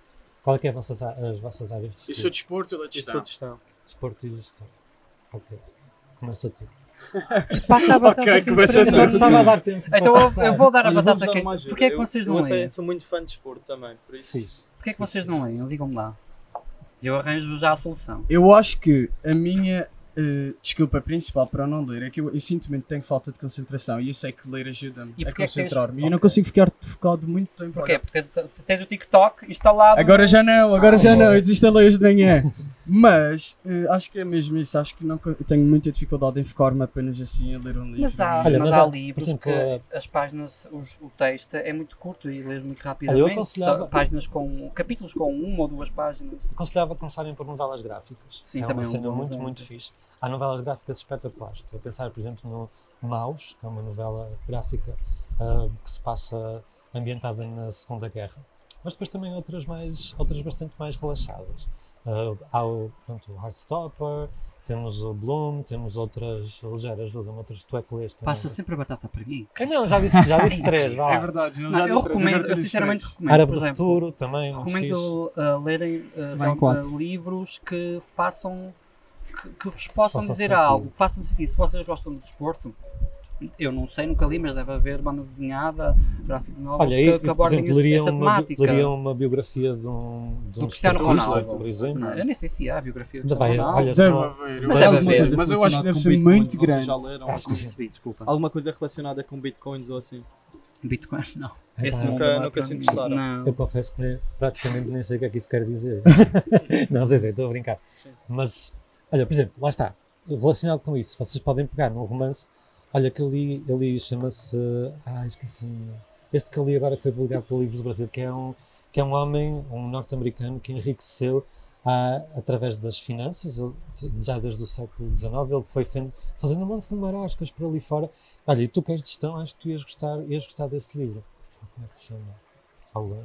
Speaker 2: qual é que é as vossas, a- as vossas áreas de
Speaker 1: eu
Speaker 2: estudo?
Speaker 1: sou desporto, ela
Speaker 4: Isso é questão.
Speaker 2: Desporto e gestão. Ok. Começa tu.
Speaker 3: Passa a batata
Speaker 1: Ok,
Speaker 3: aqui
Speaker 1: começa
Speaker 3: para
Speaker 1: a assim.
Speaker 2: Eu
Speaker 3: mim.
Speaker 2: só estava a dar tempo para
Speaker 3: Então eu,
Speaker 2: passar.
Speaker 3: eu vou dar a
Speaker 4: Olha, vou-vos
Speaker 3: batata
Speaker 4: dar
Speaker 3: aqui.
Speaker 4: uma ajuda.
Speaker 3: Porquê é que
Speaker 4: Eu-
Speaker 3: vocês
Speaker 4: eu
Speaker 3: não
Speaker 4: até
Speaker 3: leem?
Speaker 4: sou muito fã de desporto também, por isso.
Speaker 2: Fiz.
Speaker 3: Porquê é que vocês não leem? Digam-me lá. Eu arranjo já a solução.
Speaker 1: Eu acho que a minha eh, desculpa principal para não ler é que eu, eu simplesmente tenho falta de concentração e eu sei que ler ajuda-me
Speaker 3: E
Speaker 1: a
Speaker 3: porque é que tens-
Speaker 1: concentrar-me. E eu
Speaker 3: Ok.
Speaker 1: não consigo ficar focado muito tempo.
Speaker 3: Porquê? Porque tens- tens o TikTok instalado.
Speaker 1: Agora já não, agora
Speaker 3: Ah,
Speaker 1: já não,
Speaker 2: boa.
Speaker 1: eu desinstalei hoje de manhã. Mas eh, acho que é mesmo isso, acho que não co- eu tenho muita dificuldade em focar-me apenas assim a ler um livro.
Speaker 3: Mas há,
Speaker 2: Olha,
Speaker 3: mas
Speaker 2: mas
Speaker 3: há
Speaker 2: há-
Speaker 3: livros
Speaker 2: por exemplo,
Speaker 3: que as páginas, os- o texto é muito curto e lês muito rapidamente.
Speaker 2: Olha, Ah, eu aconselhava-
Speaker 3: Só Páginas com, capítulos com uma ou duas páginas.
Speaker 2: aconselhava começarem por novelas gráficas.
Speaker 3: Sim,
Speaker 2: é
Speaker 3: também
Speaker 2: uma
Speaker 3: é um
Speaker 2: cena
Speaker 3: bom
Speaker 2: muito,
Speaker 3: exemplo.
Speaker 2: muito fixe. Há novelas gráficas espetaculares. Estou a pensar, por exemplo, no Maus, que é uma novela gráfica ah, que se passa ambientada na Segunda Guerra. Mas depois também outras, mais, outras bastante mais relaxadas. Ah, há o, pronto, o Heartstopper, temos o Bloom, temos outras ligeiras, ajuda-me, outras tu é que lês também.
Speaker 3: Passa sempre a batata para mim.
Speaker 2: Ah, não, já disse, já disse três, vá.
Speaker 1: É
Speaker 2: lá.
Speaker 1: verdade, não,
Speaker 3: Não,
Speaker 1: já
Speaker 3: eu
Speaker 1: disse três, agora
Speaker 3: recomendo,
Speaker 1: tu
Speaker 3: eu
Speaker 1: disse
Speaker 3: sinceramente
Speaker 1: três.
Speaker 3: recomendo.
Speaker 2: Árabe
Speaker 3: por
Speaker 2: do
Speaker 3: exemplo,
Speaker 2: Futuro, também muito fixe.
Speaker 3: Recomendo uh, lerem uh, realmente,
Speaker 4: quatro.
Speaker 3: livros que façam que, que vos possam
Speaker 2: Façam
Speaker 3: dizer
Speaker 2: sentido.
Speaker 3: algo, que façam sentido. Se vocês gostam do desporto, eu não sei, nunca li, mas deve haver banda desenhada, gráfico novo,
Speaker 2: Olha,
Speaker 3: que,
Speaker 2: eu,
Speaker 3: que
Speaker 2: por
Speaker 3: abordem
Speaker 2: exemplo,
Speaker 3: esse-
Speaker 2: leria
Speaker 3: essa
Speaker 2: uma, bi-
Speaker 3: temática.
Speaker 2: leria uma biografia de um, de
Speaker 3: Do
Speaker 2: um
Speaker 3: Cristiano
Speaker 2: esportista,
Speaker 1: Ronaldo.
Speaker 2: por exemplo.
Speaker 3: Não, eu nem sei se há a biografia do
Speaker 2: Ainda vai,
Speaker 3: Ronaldo.
Speaker 2: olha,
Speaker 1: Deve
Speaker 2: senão,
Speaker 1: haver,
Speaker 3: Mas
Speaker 4: é
Speaker 1: mas,
Speaker 3: deve haver.
Speaker 1: mas, eu acho que deve ser muito grande.
Speaker 4: Já leram?
Speaker 2: acho que sim.
Speaker 3: Percebi, desculpa.
Speaker 4: Alguma coisa relacionada com bitcoins ou assim?
Speaker 3: Bitcoin, não.
Speaker 2: Epá,
Speaker 3: Esse
Speaker 2: eu-
Speaker 3: não
Speaker 4: nunca-
Speaker 3: dá
Speaker 4: nunca
Speaker 3: para
Speaker 4: se
Speaker 3: mim.
Speaker 4: interessaram.
Speaker 3: Não.
Speaker 2: Eu confesso que nem- praticamente nem sei o que é que isso quer dizer. não sei, sei, estou a brincar.
Speaker 4: Sim.
Speaker 2: Mas, olha, por exemplo, lá está. Relacionado com isso, vocês podem pegar num romance. Olha, que eu li, eu li chama-se. Ah, esqueci. Este que eu li agora que foi publicado pelo Livros do Brasil, que é um, que é um homem, um norte-americano, que enriqueceu ah, através das finanças, ele, já desde o século XIX. Ele foi fazendo, fazendo um monte de marascas por ali fora. Olha, e tu que és de gestão, acho que tu ias gostar, ias gostar desse livro. Como é que se chama? Aula.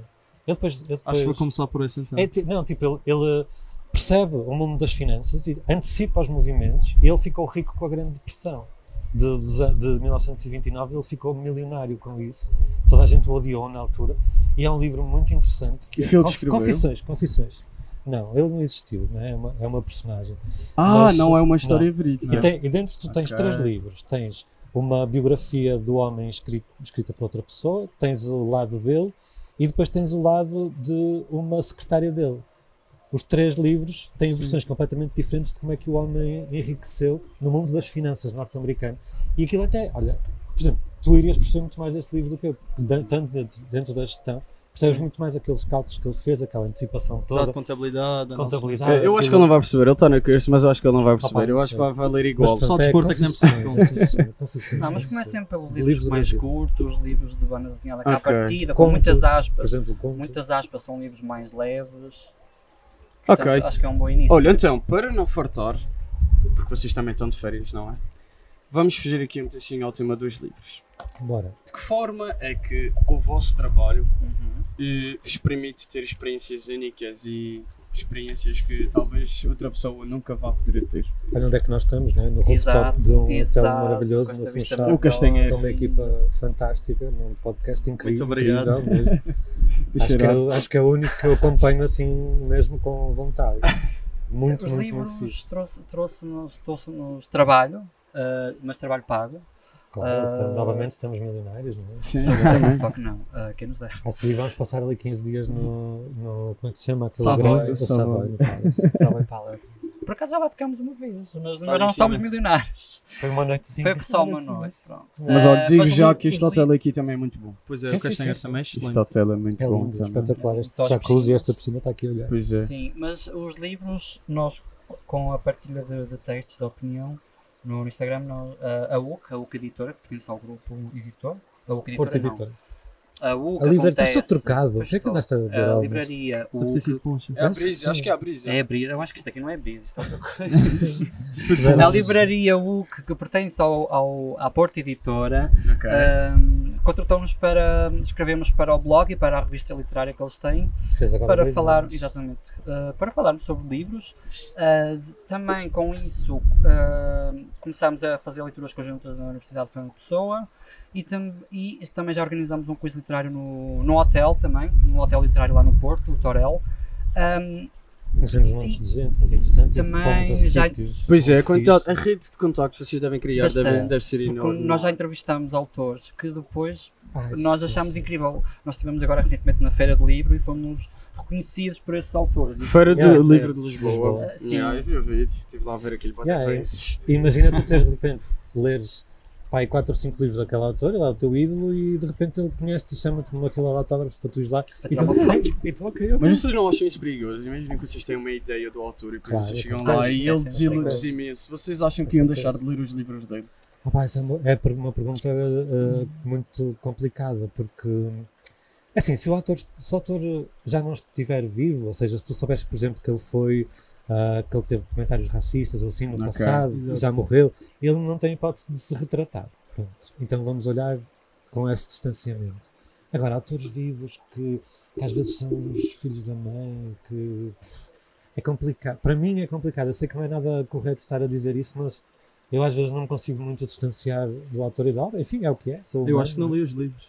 Speaker 2: Eu depois. Eu depois
Speaker 4: Acho que vou começar por esse então.
Speaker 2: é ti- não, tipo, ele, ele percebe o mundo das finanças e antecipa os movimentos e ele ficou rico com a Grande Depressão. De, dos a- de 1929 ele ficou milionário com isso. Toda a gente o odiou na altura. E é um livro muito interessante. Que
Speaker 1: E
Speaker 2: é
Speaker 1: foi ele que
Speaker 2: Conf-
Speaker 1: escreveu?
Speaker 2: Confissões, Confissões. Não, ele não existiu, né? é, uma, é uma personagem.
Speaker 1: Ah,
Speaker 2: Mas-
Speaker 1: não é uma história verídica.
Speaker 2: E, tem- e dentro tu tens
Speaker 1: Ok.
Speaker 2: três livros. Tens uma biografia do homem escrito- escrita por outra pessoa, tens o lado dele e depois tens o lado de uma secretária dele. Os três livros têm
Speaker 4: Sim.
Speaker 2: versões completamente diferentes de como é que o homem enriqueceu no mundo das finanças norte-americano. E aquilo até, olha, por exemplo, tu irias perceber muito mais desse livro do que eu, porque dan- tanto dentro, dentro da gestão, percebes muito mais aqueles cálculos que ele fez, aquela antecipação
Speaker 4: Tá de
Speaker 2: toda,
Speaker 4: contabilidade. não sei.
Speaker 2: contabilidade.
Speaker 1: É, Eu- Eu acho
Speaker 2: aquilo-
Speaker 1: que ele não vai perceber, ele está no curso, mas eu acho que ele não vai perceber.
Speaker 2: Opa,
Speaker 1: Eu
Speaker 2: não
Speaker 1: acho que
Speaker 2: sei.
Speaker 1: vai valer
Speaker 2: Mas
Speaker 1: igual.
Speaker 2: pronto,
Speaker 4: Só de
Speaker 2: é
Speaker 4: Porto é que não é
Speaker 2: Confissões,
Speaker 4: possível.
Speaker 2: Confissões, Confissões,
Speaker 3: um- Não, mas é
Speaker 2: Confissões.
Speaker 3: comecem pelos
Speaker 2: Livros
Speaker 3: livros,
Speaker 2: do
Speaker 3: mais
Speaker 2: Brasil.
Speaker 3: curtos, livros de banda desenhada cá à
Speaker 1: Ok.
Speaker 3: é partida, com
Speaker 2: Contos,
Speaker 3: muitas
Speaker 2: Por
Speaker 3: aspas.
Speaker 2: exemplo, contos.
Speaker 3: Muitas aspas são livros mais leves.
Speaker 1: Ok.
Speaker 3: Portanto, Acho que é um bom início.
Speaker 1: Olha, então, para não fartar, porque vocês também estão de férias, não é? Vamos fugir aqui um bocadinho ao tema dos livros.
Speaker 2: Bora.
Speaker 1: De que forma é que o vosso trabalho
Speaker 3: Uhum.
Speaker 1: eh, vos permite ter experiências únicas e experiências que talvez outra pessoa nunca vá poder ter?
Speaker 2: Olha onde é que nós estamos, né? no
Speaker 3: Exato,
Speaker 2: rooftop de um
Speaker 3: exato,
Speaker 2: hotel maravilhoso, assim,
Speaker 3: com
Speaker 2: no
Speaker 3: esta vista
Speaker 2: Funchal,
Speaker 1: O Castanheiro.
Speaker 2: com é uma equipa fantástica, num podcast incrível.
Speaker 4: Muito obrigado.
Speaker 2: incrível mesmo. acho, que é, o- acho que é o único que eu acompanho assim, mesmo com vontade. Muito,
Speaker 3: Os
Speaker 2: muito, muito
Speaker 3: livros
Speaker 2: fixe.
Speaker 3: trouxe- trouxe-nos trouxe-nos trabalho, ah, mas trabalho pago.
Speaker 2: Claro, então,
Speaker 3: Ah.
Speaker 2: novamente estamos milionários, não é?
Speaker 1: Sim.
Speaker 3: Só que não, ah, quem nos deve.
Speaker 2: A seguir vamos passar ali 15 dias no, no como é que se chama? Aquele
Speaker 4: Savoy,
Speaker 2: grande-
Speaker 4: o
Speaker 2: o
Speaker 4: Savoy.
Speaker 2: Savoy, no Palace.
Speaker 3: Trabalho Palace. Por acaso já lá ficámos uma vez, mas nós não
Speaker 4: difícil,
Speaker 3: somos
Speaker 4: né?
Speaker 3: milionários.
Speaker 2: Foi uma noite né? sim.
Speaker 3: Foi só uma noite. pronto.
Speaker 1: Mas
Speaker 3: Ah,
Speaker 1: olha, digo
Speaker 3: mas o
Speaker 1: já
Speaker 3: livro-
Speaker 1: que este
Speaker 3: os
Speaker 1: hotel
Speaker 3: livros-
Speaker 1: aqui também é muito bom.
Speaker 4: Pois é,
Speaker 2: Sim,
Speaker 4: o
Speaker 2: sim,
Speaker 4: Castanheiro
Speaker 2: sim,
Speaker 4: também é
Speaker 1: Este
Speaker 4: excelente.
Speaker 1: hotel é muito
Speaker 2: É
Speaker 1: bom
Speaker 2: lindo,
Speaker 1: também.
Speaker 2: espetacular.
Speaker 3: Só
Speaker 2: Este
Speaker 3: as
Speaker 2: jacuzzi e
Speaker 3: piscinas.
Speaker 2: esta piscina está aqui a olhar.
Speaker 1: Pois é.
Speaker 3: Sim, mas os livros, nós com a partilha de, de textos, de opinião, no Instagram, nós- a, a UC, a UC Editora, que pertence ao grupo editor, a UC Editora,
Speaker 2: Porto
Speaker 3: não.
Speaker 2: Editor.
Speaker 3: A UC
Speaker 2: A livraria, estás
Speaker 3: acontece,
Speaker 2: todo trocado. O
Speaker 3: pois
Speaker 2: que é que
Speaker 3: estou.
Speaker 2: andaste a
Speaker 3: A
Speaker 2: beber? Alves?
Speaker 3: livraria, o
Speaker 4: Deve ter sido
Speaker 3: UC,
Speaker 4: poncha.
Speaker 1: É a
Speaker 2: Acho
Speaker 1: brisa,
Speaker 2: que
Speaker 1: acho
Speaker 2: sim.
Speaker 1: que é a brisa.
Speaker 3: é abrir, eu acho que isto aqui não é brisa, isto é outra coisa.
Speaker 2: Já
Speaker 3: Na
Speaker 2: não-
Speaker 3: livraria UC, que pertence ao, ao, à Porta Editora,
Speaker 1: Ok.
Speaker 3: ahm, contratou-nos para escrevermos para o blog e para a revista literária que eles têm,
Speaker 2: Fez agora
Speaker 3: para
Speaker 2: dois é?
Speaker 3: falar,
Speaker 2: anos.
Speaker 3: exatamente, ah, para falarmos sobre livros. Ah, também com isso ah, começámos a fazer leituras conjuntas na Universidade de Fernando Pessoa e, tam- e também já organizámos um quiz literário no, no hotel também, no hotel literário lá no Porto, o Torel. Ahm,
Speaker 2: Conhecemos montes de gente muito interessante
Speaker 3: Também
Speaker 2: e fomos a
Speaker 3: já-
Speaker 2: sítios.
Speaker 6: Pois é, a,
Speaker 2: muito
Speaker 6: quantidade, a
Speaker 2: fixe.
Speaker 6: rede de contactos que vocês devem criar
Speaker 3: Bastante.
Speaker 6: deve, deve ser
Speaker 3: Porque
Speaker 6: enorme.
Speaker 3: nós já entrevistámos autores que depois
Speaker 2: Ah, isso
Speaker 3: nós
Speaker 2: sim,
Speaker 3: achámos
Speaker 2: sim.
Speaker 3: incrível. Nós estivemos agora recentemente na Feira do Livro e fomos reconhecidos por esses autores. E
Speaker 6: Feira do
Speaker 2: Yeah,
Speaker 6: Livro
Speaker 2: é.
Speaker 6: de Lisboa.
Speaker 2: Lisboa.
Speaker 3: Ah, sim.
Speaker 6: Yeah, eu vi o vídeo, estive lá a ver aquele
Speaker 2: Yeah, é.
Speaker 6: bate-face.
Speaker 2: Imagina tu teres de repente leres pai 4 ou 5 livros daquele autor, ele é o teu ídolo e de repente ele conhece-te e chama-te numa fila de autógrafos para tu ires lá
Speaker 3: para
Speaker 2: e
Speaker 3: tirar
Speaker 2: tu
Speaker 3: uma
Speaker 2: ok, e tu ok,
Speaker 6: Mas
Speaker 2: ok.
Speaker 6: as pessoas não acham isso perigoso. Imaginem que vocês têm uma ideia do autor e depois
Speaker 2: Claro,
Speaker 6: vocês chegam
Speaker 2: acontece,
Speaker 6: lá e ele
Speaker 3: acontece,
Speaker 6: desilude-se
Speaker 2: acontece.
Speaker 6: imenso. Vocês acham que iam deixar de
Speaker 2: Acontece.
Speaker 6: ler os livros dele?
Speaker 2: Ah, pá, essa é uma- é per- uma pergunta eh, muito complicada porque assim, se o autor, se o autor já não estiver vivo, ou seja, se tu souberes, por exemplo, que ele foi ah, que ele teve comentários racistas ou assim no
Speaker 6: Ok,
Speaker 2: passado e
Speaker 4: exato.
Speaker 2: já morreu, ele não tem hipótese de se retratar. Pronto. Então vamos olhar com esse distanciamento. Agora, autores vivos que, que às vezes são os filhos da mãe, que pff, é complicado. Para mim é complicado. Eu sei que não é nada correto estar a dizer isso, mas eu às vezes não me consigo muito distanciar do autor e da obra. Enfim, é o que é. Sou
Speaker 4: Eu
Speaker 2: humano,
Speaker 4: acho que
Speaker 2: não é?
Speaker 4: não li os livros.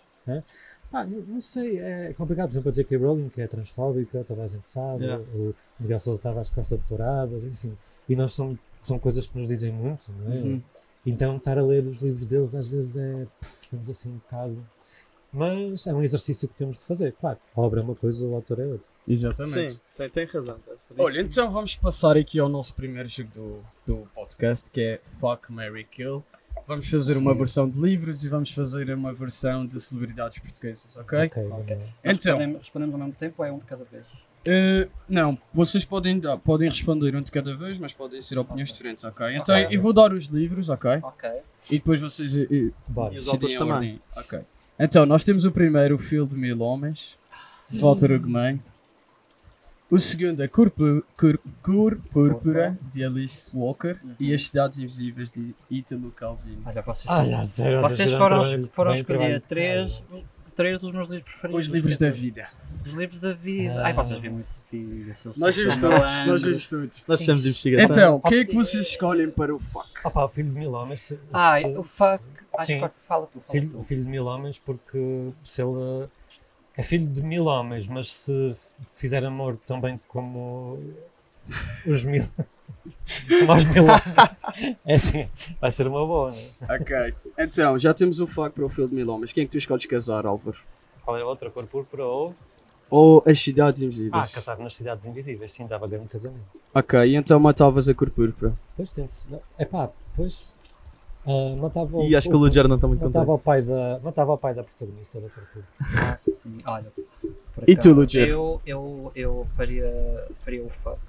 Speaker 2: Pá, não, não sei, é complicado. Por exemplo, a J.K. Rowling, que é transfóbica, toda a gente sabe.
Speaker 4: Yeah.
Speaker 2: O Miguel Sousa Tavares Costa de Touradas, enfim. E nós são, são coisas que nos dizem muito, não é?
Speaker 6: Uhum.
Speaker 2: Então, estar a ler os livros deles às vezes é. pff, ficamos assim um bocado. Mas é um exercício que temos de fazer, claro. A obra é uma coisa, o autor é outra.
Speaker 6: Exatamente.
Speaker 4: Sim, tem, tem razão. tá? Por isso-
Speaker 1: Olha, então vamos passar aqui ao nosso primeiro jogo do, do podcast, que é Fuck, Mary Kill. Vamos fazer uma versão de livros e vamos fazer uma versão de celebridades portuguesas, ok?
Speaker 2: vamos lá.
Speaker 1: Então,
Speaker 3: respondemos, respondemos ao mesmo tempo ou é um de cada vez?
Speaker 1: eh, não, vocês podem, dar- podem responder um de cada vez, mas podem ser opiniões
Speaker 3: Ok.
Speaker 1: diferentes, ok? Então,
Speaker 2: Ok.
Speaker 1: eu vou dar os livros, ok?
Speaker 3: Ok.
Speaker 1: E depois vocês eh, eh,
Speaker 2: Bora.
Speaker 4: E os
Speaker 1: decidem
Speaker 4: autores
Speaker 1: a
Speaker 4: também.
Speaker 1: ordem. Ok. Então, nós temos o primeiro, O Fio de Mil Homens, de Walter Ugman. O segundo é Cor, Pú- Cor, Cor Púrpura, de Alice Walker.
Speaker 3: Uhum.
Speaker 1: E As Cidades Invisíveis, de Italo Calvino.
Speaker 3: Olha, vocês,
Speaker 2: Olha, sério,
Speaker 3: vocês
Speaker 2: fizeram um
Speaker 3: foram,
Speaker 2: trabalho-
Speaker 3: foram
Speaker 2: bem trabalho
Speaker 3: escolher
Speaker 2: de
Speaker 3: três,
Speaker 2: casa.
Speaker 3: três dos meus livros preferidos.
Speaker 1: Os livros da vida.
Speaker 3: Os livros da vida.
Speaker 2: Ah.
Speaker 3: Ai, vocês vivem muito vida. eu sou-
Speaker 1: Nós
Speaker 3: sou
Speaker 1: vimos todos,
Speaker 3: malandro.
Speaker 1: nós vimos todos.
Speaker 4: Nós fizemos investigação.
Speaker 1: Então, quem é que vocês escolhem para o fuck?
Speaker 2: Ah, pá, o filho de mil homens. se-
Speaker 3: Ai,
Speaker 2: se-
Speaker 3: Ah, o
Speaker 2: se-
Speaker 3: fuck. Acho
Speaker 2: Sim.
Speaker 3: que fala tu, fala
Speaker 2: filho,
Speaker 3: tu.
Speaker 2: filho de mil homens, porque se ele é filho de mil homens, mas se f- fizer amor também como os mil. como aos mil homens, é assim, vai ser uma boa, não é?
Speaker 1: Ok. Então, já temos o fuck para o Fio de Mil Homens. Quem é que tu escolhes casar, Álvaro?
Speaker 2: Qual é a outra cor púrpura ou.
Speaker 1: Ou As Cidades
Speaker 2: Ah,
Speaker 1: Invisíveis?
Speaker 2: casar nas cidades invisíveis, sim, dava grande casamento.
Speaker 1: ok, e então matavas a Cor Púrpura.
Speaker 2: Pois tente-se. É pá, pois. ah, matava o-
Speaker 4: E acho que o Ludger não está muito
Speaker 2: matava
Speaker 4: contente.
Speaker 2: o, pai da, matava o pai da protagonista da cor púrpura.
Speaker 3: Ah, sim, olha. por
Speaker 1: E tu,
Speaker 3: acaso,
Speaker 1: Lugero?
Speaker 3: Eu, eu, eu faria, faria o fuck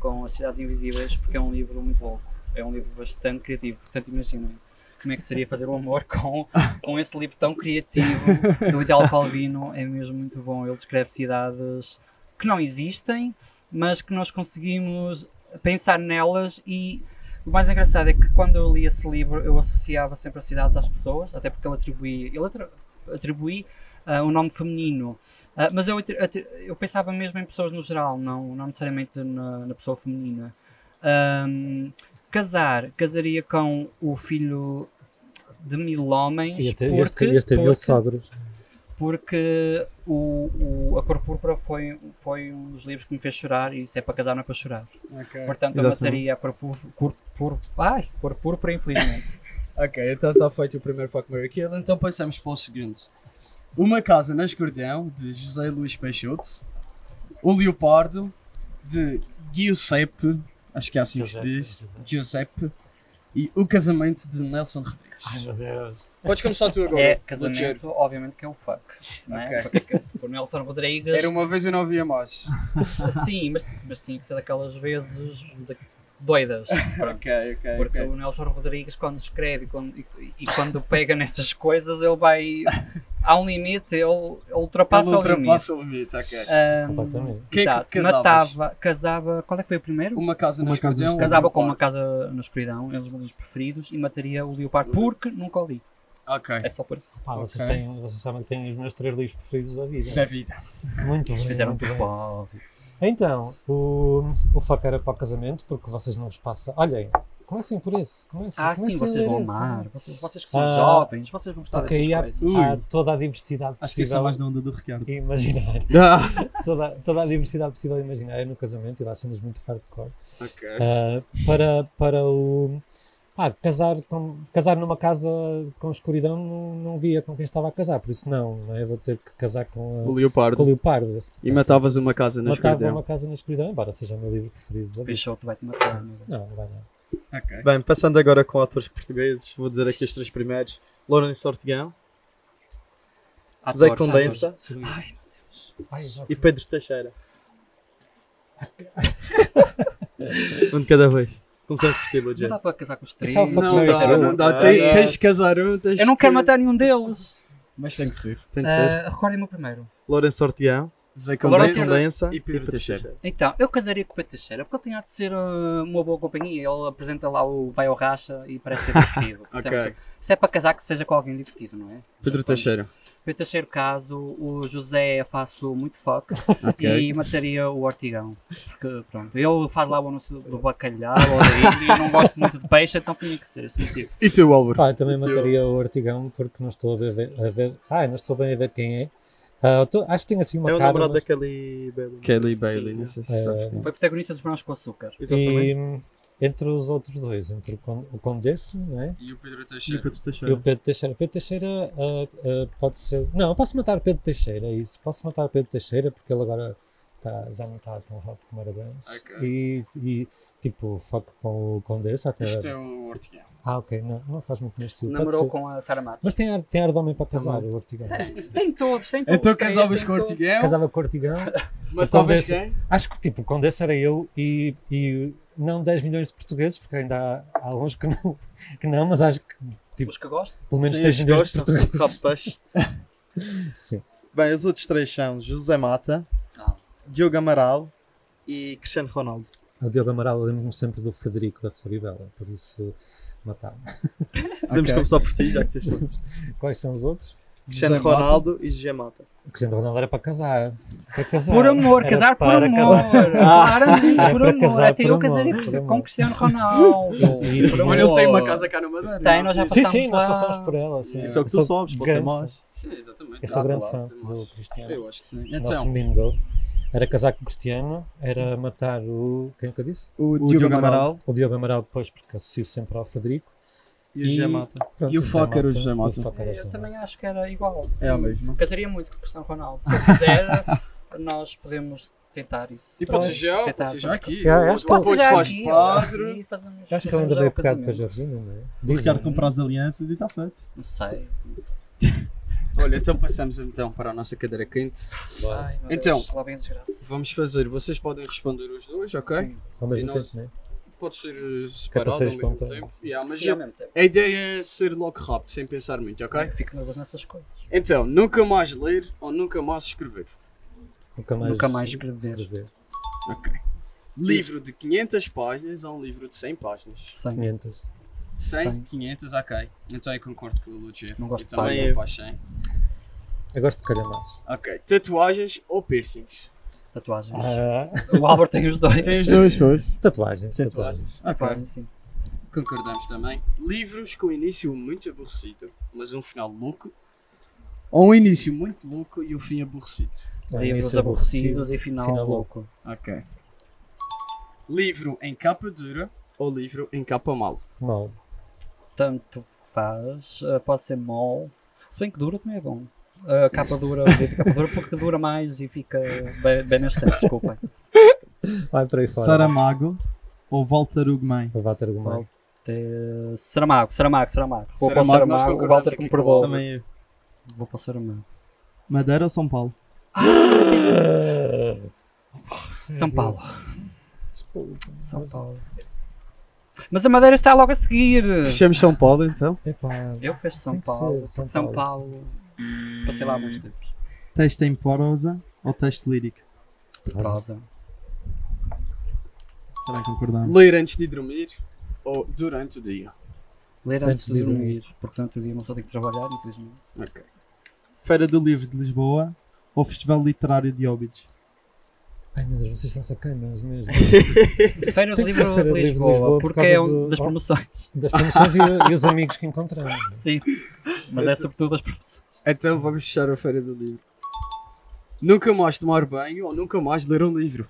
Speaker 3: com As Cidades Invisíveis porque é um livro muito louco. É um livro bastante criativo. Portanto, imaginem como é que seria fazer o amor com, com esse livro tão criativo do Ideal Calvino. É mesmo muito bom. Ele descreve cidades que não existem, mas que nós conseguimos pensar nelas e. O mais engraçado é que quando eu li esse livro eu associava sempre as cidades às pessoas, até porque ele atribuía, ele atra- atribuía ah, o nome feminino. Ah, mas eu, atri- atri- eu pensava mesmo em pessoas no geral, não, não necessariamente na, na pessoa feminina. Ahm, casar, casaria com o filho de mil homens.
Speaker 2: Ia ter, ia
Speaker 3: porque,
Speaker 2: ter, ia ter mil
Speaker 3: porque-
Speaker 2: sogros.
Speaker 3: porque o, o- A Cor Púrpura foi, foi um dos livros que me fez chorar e isso é para casar, não é para chorar.
Speaker 1: Ok.
Speaker 3: Portanto, eu
Speaker 4: Exatamente.
Speaker 3: mataria a Cor Púrpura. Cor, pur, ai, Cor Púrpura, infelizmente.
Speaker 1: Ok, então está feito o primeiro Fuck Mary Kill. Então passamos para o segundo: Uma Casa na Escuridão, de José Luís Peixoto. O Leopardo, de Giuseppe, acho que é assim que se
Speaker 2: Giuseppe,
Speaker 1: diz. Giuseppe. E O Casamento de Nelson Rodrigues.
Speaker 2: Ai meu Deus.
Speaker 1: Podes começar tu agora.
Speaker 3: é
Speaker 1: Lugero.
Speaker 3: casamento, obviamente que é o fuck. Não é?
Speaker 1: Ok.
Speaker 3: Porque o Nelson Rodrigues.
Speaker 1: Era uma vez e não havia mais.
Speaker 3: Sim, mas, mas tinha que ser daquelas vezes da- doidas. pronto.
Speaker 1: ok, ok.
Speaker 3: Porque
Speaker 1: ok.
Speaker 3: o Nelson Rodrigues, quando escreve e quando, e, e quando pega nestas coisas, ele vai. Há um limite, ele, ele ultrapassa
Speaker 1: Ele
Speaker 3: o limite.
Speaker 1: ultrapassa o limite, ok.
Speaker 3: Ahm,
Speaker 2: Completamente.
Speaker 1: Quem é que
Speaker 3: exato.
Speaker 1: casavas?
Speaker 3: Matava, casava. Qual é que foi o primeiro?
Speaker 1: Uma Casa na
Speaker 4: Uma Casa na
Speaker 1: Escuridão.
Speaker 3: Casava com uma
Speaker 1: Leopardo.
Speaker 3: casa na escuridão, é um dos meus livros preferidos, e mataria o Leopardo porque nunca o li.
Speaker 5: Ah,
Speaker 1: Ok.
Speaker 3: É só por isso.
Speaker 2: Pá, vocês,
Speaker 1: Ok.
Speaker 2: têm, vocês sabem que têm os meus três livros preferidos da vida.
Speaker 1: Da vida.
Speaker 2: Muito
Speaker 3: Eles
Speaker 2: bem,
Speaker 3: fizeram
Speaker 2: muito
Speaker 3: muito
Speaker 2: bem.
Speaker 3: bom.
Speaker 2: Então, o, o foco era para o casamento, porque vocês não vos passam. Olhem, Comecem por esse. Comecem,
Speaker 3: Ah, sim,
Speaker 2: comecem
Speaker 3: vocês
Speaker 2: a
Speaker 3: vão
Speaker 2: ler esse.
Speaker 3: amar. Vocês, vocês que são
Speaker 2: Ah,
Speaker 3: jovens, vocês vão gostar
Speaker 2: Porque aí
Speaker 3: dessas
Speaker 2: há,
Speaker 3: coisas.
Speaker 2: há toda a diversidade
Speaker 4: Acho que isso é
Speaker 2: possível
Speaker 4: mais da onda do Ricardo.
Speaker 2: e imaginar.
Speaker 1: Ah,
Speaker 2: toda, toda a diversidade possível e imaginária no casamento e lá cenas muito hardcore.
Speaker 1: ok.
Speaker 2: Ah, para, para o. Pá, casar, com, casar numa casa com escuridão não, não via com quem estava a casar, por isso não, não é? Vou ter que casar
Speaker 1: O
Speaker 2: com, a, com o
Speaker 1: leopardo.
Speaker 2: Leopardo.
Speaker 1: E matavas uma casa na
Speaker 2: Matava
Speaker 1: escuridão.
Speaker 2: uma casa na escuridão, embora seja o meu livro preferido da vida.
Speaker 3: Peixoto vai-te matar, amigo.
Speaker 2: Não, não vai não.
Speaker 5: Ok.
Speaker 4: Bem, passando agora com atores portugueses, vou dizer aqui os três primeiros. Lawrence Ortigão
Speaker 1: Ah,
Speaker 4: Zé
Speaker 3: Atores,
Speaker 4: Condensa.
Speaker 3: atores.
Speaker 2: Seria-
Speaker 3: Ai,
Speaker 2: Ai, já
Speaker 4: e Pedro Teixeira. um de cada vez. Começamos por ti,
Speaker 3: Não
Speaker 4: Lugê.
Speaker 3: dá para casar com os três.
Speaker 2: Isso é um fuck
Speaker 1: Não
Speaker 2: Mary
Speaker 1: dá,
Speaker 2: kill.
Speaker 1: não
Speaker 4: Ah,
Speaker 1: dá. Tem-
Speaker 4: não.
Speaker 1: Tens que casar um, tens
Speaker 3: Eu não quero
Speaker 1: que-
Speaker 3: matar nenhum deles.
Speaker 5: Mas tem que ser. Eh,
Speaker 4: Tem de ser.
Speaker 3: Ah, Recordem-me o primeiro.
Speaker 4: Lawrence Ortigão,
Speaker 1: Zé
Speaker 3: Agora
Speaker 4: Zé
Speaker 1: Condensa.
Speaker 3: Ortigão.
Speaker 4: Condensa
Speaker 1: e Pedro Teixeira.
Speaker 3: Então, eu casaria com o Pedro Teixeira, porque ele tem arte de ser ah, uma boa companhia. Ele apresenta lá o Vai ao Racha e parece ser divertido.
Speaker 1: Ok.
Speaker 3: Portanto, Se é para casar, que seja com alguém divertido, não é?
Speaker 1: Pedro
Speaker 3: Já
Speaker 1: Teixeira.
Speaker 3: falamos. Pedro Teixeira, caso, o José faço muito foco
Speaker 1: Ok.
Speaker 3: e mataria o Ortigão. Porque, pronto, ele faz lá o anúncio do bacalhau ou da ilha, e eu não gosto muito de peixe, então tinha que ser esse tipo.
Speaker 1: E tu, Álvaro?
Speaker 2: Pá, eu também
Speaker 4: Teu-
Speaker 2: mataria o Ortigão porque não estou a ver. A ver ai, não estou bem a ver quem é. Ah, eu tô- acho que tem assim uma
Speaker 4: É o
Speaker 2: cara.
Speaker 4: namorado
Speaker 2: mas-
Speaker 4: daquele Bailey.
Speaker 1: Kelly
Speaker 3: Sim,
Speaker 1: é Bailey, não
Speaker 3: né?
Speaker 1: sei se
Speaker 2: É.
Speaker 1: sabes. quem
Speaker 3: Foi protagonista dos Brancos com Açúcar.
Speaker 4: Exatamente.
Speaker 2: E hum, entre os outros dois, entre o, Con- o Condesse não é?
Speaker 5: E o Pedro
Speaker 4: E o
Speaker 5: Teixeira.
Speaker 2: e
Speaker 4: Pedro
Speaker 2: o
Speaker 4: Teixeira.
Speaker 2: Pedro Teixeira. Pedro Teixeira ah, ah, pode ser. Não, eu posso matar o Pedro Teixeira, é isso. Posso matar o Pedro Teixeira porque ele agora tá- já não está tão hot como era antes.
Speaker 5: Ok.
Speaker 2: E, e, tipo, foco com o Condesse até.
Speaker 5: É. Isto é o Ortigão.
Speaker 2: Ah, ok, não, não faz muito meu estilo. Pode
Speaker 3: Namorou
Speaker 2: ser.
Speaker 3: com É. a Sara Matos.
Speaker 2: Mas tem ar, tem ar de homem para casar, o Ortigão. acho que sim.
Speaker 3: Tem todos, tem todos.
Speaker 5: Então
Speaker 3: três, né?
Speaker 5: casavas
Speaker 3: tem
Speaker 5: com o
Speaker 3: todos.
Speaker 5: Ortigão,
Speaker 2: Casava com o Ortigão.
Speaker 5: matavas
Speaker 2: Acontece.
Speaker 5: quem?
Speaker 2: Acho que tipo, o Condessa era eu e, e não 10 milhões de portugueses, porque ainda há, há alguns que não, que não, mas acho que
Speaker 3: Os que gostam.
Speaker 2: pelo menos
Speaker 4: Sim,
Speaker 2: 6 milhões de
Speaker 4: gosto,
Speaker 2: portugueses.
Speaker 4: rapaz.
Speaker 2: Sim.
Speaker 4: Bem, os outros três são José Mata,
Speaker 3: Ah.
Speaker 4: Diogo Amaral e Cristiano Ronaldo.
Speaker 2: O Diogo Amaral eu lembro-me sempre do Frederico da Floribela, por isso matava.
Speaker 4: Podemos
Speaker 5: Ok.
Speaker 4: começar por ti, já que tens
Speaker 2: Quais são os outros?
Speaker 4: Cristiano
Speaker 5: José Mota.
Speaker 4: Ronaldo e José Mata.
Speaker 2: O Cristiano Ronaldo era para casar. Para casar.
Speaker 3: Por amor,
Speaker 2: Era
Speaker 3: casar por
Speaker 2: para
Speaker 3: amor.
Speaker 2: casar. Ah,
Speaker 3: Claramente,
Speaker 2: Era
Speaker 3: por
Speaker 2: para
Speaker 3: amor.
Speaker 2: casar
Speaker 3: Até
Speaker 2: por
Speaker 3: eu
Speaker 2: amor,
Speaker 3: casaria
Speaker 2: por
Speaker 3: com,
Speaker 2: amor.
Speaker 3: com Cristiano Ronaldo.
Speaker 2: E-
Speaker 3: Por
Speaker 2: e-
Speaker 5: Olha, ele tem uma
Speaker 3: amor.
Speaker 5: casa cá no Madeira.
Speaker 3: Oh.
Speaker 5: é?
Speaker 3: Tem, nós já
Speaker 5: Isso-
Speaker 2: Sim, sim,
Speaker 3: Passámos
Speaker 2: nós
Speaker 3: lá.
Speaker 2: passamos por ela. Sim.
Speaker 4: Isso é o que
Speaker 2: Eu
Speaker 4: tu
Speaker 2: sou
Speaker 4: sobes, bota
Speaker 2: grande
Speaker 4: mais.
Speaker 5: Sim, exatamente.
Speaker 2: Eu sou
Speaker 5: Ah,
Speaker 2: é grande
Speaker 5: lá,
Speaker 2: fã
Speaker 5: temos.
Speaker 2: do Cristiano.
Speaker 5: Eu acho que sim.
Speaker 2: Nosso
Speaker 5: Então,
Speaker 2: menino de ouro. Era casar com o Cristiano, era matar o. Quem é que eu disse?
Speaker 1: O
Speaker 4: O Diogo Amaral
Speaker 2: O Diogo Amaral, depois, porque associo sempre ao Frederico.
Speaker 4: e o José Mata.
Speaker 2: Pronto,
Speaker 1: E o foco era o
Speaker 2: Mota.
Speaker 1: José Mota.
Speaker 2: E o foco era o José
Speaker 3: Eu também
Speaker 2: Mota.
Speaker 3: acho que era igual.
Speaker 1: É a
Speaker 3: sim.
Speaker 1: mesma.
Speaker 3: Casaria muito com Cristiano Ronaldo. Se quiser, nós podemos tentar isso.
Speaker 5: E pode
Speaker 2: Pois,
Speaker 5: ser já, pode
Speaker 3: espetáculo.
Speaker 5: ser já aqui.
Speaker 2: Eu
Speaker 5: O
Speaker 2: acho que
Speaker 5: Diogo
Speaker 2: ele-
Speaker 5: Pontes faz padre.
Speaker 2: Eu Acho que ele ainda veio pecado com a Georgina, não é? Dizem.
Speaker 4: Ricardo comprar as alianças e está feito.
Speaker 3: Não sei. não sei.
Speaker 1: Olha, então passamos então para a nossa cadeira quente.
Speaker 3: Ai, meu
Speaker 1: Então.
Speaker 3: Deus, lá vem a desgraça.
Speaker 1: Vamos fazer, vocês podem responder os dois, ok?
Speaker 3: Sim,
Speaker 2: Ao
Speaker 1: E
Speaker 2: mesmo
Speaker 1: nós-
Speaker 2: tempo, não é?
Speaker 1: Pode ser eh,
Speaker 2: para
Speaker 1: separado
Speaker 2: ser
Speaker 1: ao mesmo
Speaker 2: espontâneo,
Speaker 1: tempo.
Speaker 2: sim.
Speaker 1: Yeah, mas
Speaker 3: sim, ao
Speaker 1: eu-
Speaker 3: mesmo tempo.
Speaker 1: a ideia é ser logo rápido, sem pensar muito, ok?
Speaker 3: Eu fico nervoso nessas coisas.
Speaker 1: Então, nunca mais ler ou nunca mais escrever?
Speaker 2: Nunca mais.
Speaker 3: Nunca mais escrever.
Speaker 2: escrever.
Speaker 1: Ok. Livro de 500 páginas ou um livro de 100 páginas?
Speaker 3: Sim.
Speaker 2: 500.
Speaker 1: 100,
Speaker 3: 100.
Speaker 1: 500, ok. Então eu concordo com o Luger.
Speaker 3: Não gosto de
Speaker 1: então,
Speaker 4: sair.
Speaker 1: eu vou para as 100.
Speaker 2: Eu gosto de calhamaços.
Speaker 1: Ok. Tatuagens ou piercings?
Speaker 3: Tatuagens.
Speaker 2: Ah,
Speaker 3: O Álvaro tem os dois.
Speaker 5: Tem os dois, pois.
Speaker 2: tatuagens, tatuagens.
Speaker 1: Ok.
Speaker 3: Tatuagens, sim.
Speaker 1: Concordamos também. Livros com início muito aborrecido, mas um final louco.
Speaker 5: Ou um início.
Speaker 1: Muito louco e um fim aborrecido.
Speaker 2: Ah,
Speaker 3: Livros
Speaker 2: início aborrecido.
Speaker 3: aborrecidos e final,
Speaker 2: final
Speaker 3: louco.
Speaker 5: Ok.
Speaker 1: Livro em capa dura ou livro em capa mal?
Speaker 2: Mal.
Speaker 3: Tanto faz. eh, pode ser mol. Se bem que dura também é bom. Eh, capa dura, de capa dura, porque dura mais e fica bem, bem na estante, desculpem.
Speaker 2: Vai para aí fora.
Speaker 4: Saramago ou Walter Ugman?
Speaker 2: Vai bater o mal.
Speaker 3: Eh, Saramago, Saramago, Saramago. Vou para o
Speaker 1: Saramago, nós
Speaker 3: Saramago, o
Speaker 1: concordamos
Speaker 3: Walter
Speaker 1: aqui
Speaker 3: que me
Speaker 1: com o
Speaker 3: perdoa.
Speaker 4: Também eu.
Speaker 3: Vou para o Saramago.
Speaker 4: Madeira ou São Paulo?
Speaker 3: São Paulo.
Speaker 2: é Desculpa.
Speaker 3: São
Speaker 2: mas-
Speaker 3: Paulo. Mas a Madeira está logo a seguir.
Speaker 5: Fechamos São Paulo, então.
Speaker 2: Epá,
Speaker 3: Eu fecho São
Speaker 2: Tem que
Speaker 3: Paulo.
Speaker 2: ser São
Speaker 3: São, São
Speaker 2: Paulo,
Speaker 3: Paulo. Passei lá há muitos tempos.
Speaker 4: Texto em prosa ou texto lírico?
Speaker 2: prosa.
Speaker 3: Prosa.
Speaker 4: Também concordamos.
Speaker 1: Ler antes de dormir ou durante o dia?
Speaker 3: Ler antes de dormir, porque durante o dia não só tenho que trabalhar, infelizmente.
Speaker 1: Ok.
Speaker 4: Feira do Livro de Lisboa ou Festival Literário de Óbidos?
Speaker 2: Ai meu Deus, vocês são sacanas mesmo.
Speaker 3: Feira do
Speaker 2: Tem que ser
Speaker 3: Livro
Speaker 2: Feira do
Speaker 3: de
Speaker 2: Livro de
Speaker 3: Lisboa,
Speaker 2: Lisboa por
Speaker 3: porque
Speaker 2: causa
Speaker 3: é um
Speaker 2: do-
Speaker 3: das
Speaker 2: oh.
Speaker 3: promoções.
Speaker 2: Das promoções e, e os amigos que encontramos. né?
Speaker 3: Sim, mas é sobretudo das promoções.
Speaker 1: Então vamos fechar a feira do livro. Nunca mais tomar banho ou nunca mais ler um livro.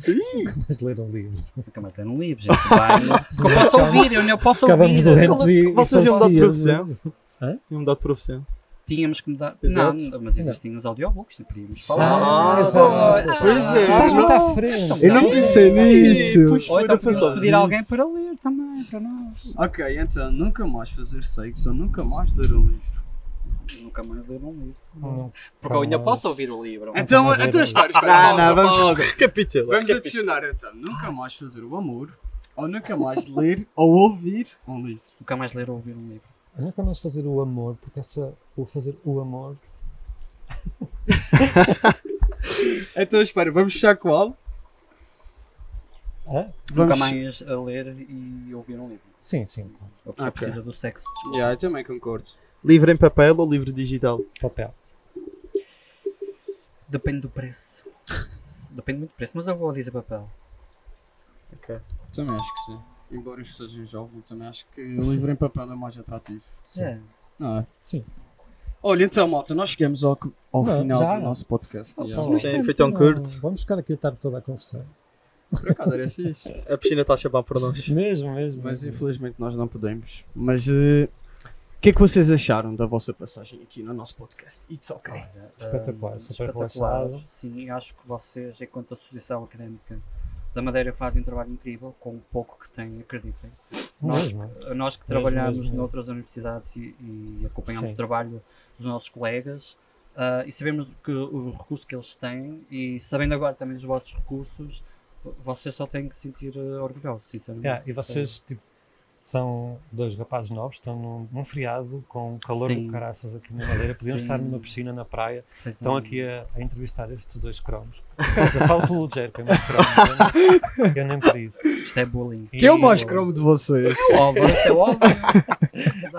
Speaker 2: Mas ler um livro.
Speaker 3: Nunca mais ler um livro, gente. Vai, porque eu posso ouvir, eu não posso
Speaker 2: Ficávamos
Speaker 3: ouvir.
Speaker 2: doentes e. né? e
Speaker 4: Vocês iam dar de
Speaker 2: falecíamos.
Speaker 4: profissão?
Speaker 2: Hã?
Speaker 4: Iam dar de profissão?
Speaker 3: Tínhamos que mudar.
Speaker 4: Exato.
Speaker 3: Não, mas existiam os audiobooks, não podíamos
Speaker 2: Ah,
Speaker 3: falar. então
Speaker 2: exato.
Speaker 1: Pois é.
Speaker 2: Tu estás
Speaker 1: Ah,
Speaker 2: muito à frente.
Speaker 3: Eu não
Speaker 2: pensei
Speaker 4: Pois
Speaker 3: Ou
Speaker 4: foi,
Speaker 3: então
Speaker 4: não
Speaker 3: podíamos
Speaker 4: pensava
Speaker 3: pedir a alguém
Speaker 4: nisso.
Speaker 3: para ler também, para nós.
Speaker 1: Ok, então nunca mais fazer sexo ou nunca mais ler um livro.
Speaker 3: Nunca mais ler um livro. É.
Speaker 2: Não,
Speaker 3: Porque eu ainda posso ouvir o livro.
Speaker 1: Então,
Speaker 2: mais ler
Speaker 1: então
Speaker 2: um
Speaker 1: espera, espera.
Speaker 4: Não, não,
Speaker 1: pausa,
Speaker 4: vamos-
Speaker 1: pausa.
Speaker 4: Capítulo.
Speaker 1: Vamos adicionar então. Nunca mais fazer o amor ou nunca mais ler ou ouvir um livro.
Speaker 3: Nunca mais ler ou ouvir um livro.
Speaker 2: Eu nunca mais fazer o amor, porque essa. O fazer o amor.
Speaker 1: Então espera, vamos fechar qual?
Speaker 2: Hã?
Speaker 1: Vamos...
Speaker 3: Nunca mais a ler e ouvir um livro.
Speaker 2: Sim, sim, então,
Speaker 3: A pessoa
Speaker 1: Ok.
Speaker 3: precisa do sexo. desculpa.
Speaker 1: Yeah, eu também concordo.
Speaker 4: é Livro em papel ou livro digital?
Speaker 2: papel.
Speaker 3: Depende do preço. Depende muito do preço, mas eu vou dizer papel.
Speaker 1: Também acho que sim. Embora eu seja jovem, também acho que o livro em papel é mais atrativo.
Speaker 2: Sim.
Speaker 3: É.
Speaker 1: Não é?
Speaker 2: Sim.
Speaker 1: Olha, então, malta, nós chegamos ao, ao
Speaker 2: Não,
Speaker 1: final
Speaker 2: já.
Speaker 1: do nosso podcast. é
Speaker 2: Oh,
Speaker 1: yeah.
Speaker 2: vamos
Speaker 4: Sim,
Speaker 2: ficar
Speaker 4: foi
Speaker 2: aqui
Speaker 4: tão
Speaker 2: na-
Speaker 4: curto.
Speaker 2: Vamos ficar aqui a tarde toda a conversar.
Speaker 1: Por acaso era fixe.
Speaker 4: A piscina está a chamar para nós.
Speaker 2: Mesmo, mesmo.
Speaker 1: Mas
Speaker 2: mesmo.
Speaker 1: infelizmente nós não podemos. Mas eh, o que é que vocês acharam da vossa passagem aqui no nosso podcast? It's ok.
Speaker 2: Oh,
Speaker 3: Olha,
Speaker 2: Espetacular,
Speaker 3: hum,
Speaker 2: super
Speaker 3: espetacular.
Speaker 2: relaxado.
Speaker 3: Sim, acho que vocês, enquanto Associação Académica da Madeira, fazem um trabalho incrível com o pouco que têm, acreditem. Nós,
Speaker 2: Mesmo.
Speaker 3: nós que trabalhamos
Speaker 2: mesmo.
Speaker 3: noutras universidades e, e acompanhamos
Speaker 2: Sim.
Speaker 3: o trabalho dos nossos colegas ah, e sabemos que os recursos que eles têm e sabendo agora também dos vossos recursos, vocês só têm que se sentir ah, orgulhosos, sinceramente.
Speaker 2: Yeah, e vocês, tipo, são dois rapazes novos, estão num, num feriado com o calor
Speaker 3: Sim.
Speaker 2: do caraças aqui na Madeira, podiam estar
Speaker 3: Sim. Hum.
Speaker 2: numa piscina na praia,
Speaker 3: Sei
Speaker 2: estão
Speaker 3: também.
Speaker 2: aqui a, a entrevistar estes dois cromos. Quer dizer, falo pelo Jerry, que é muito cromo, eu nem- eu nem por isso.
Speaker 3: Isto é bullying.
Speaker 1: Que é o mais
Speaker 2: E-
Speaker 1: cromo de vocês?
Speaker 3: Óbvio, isto é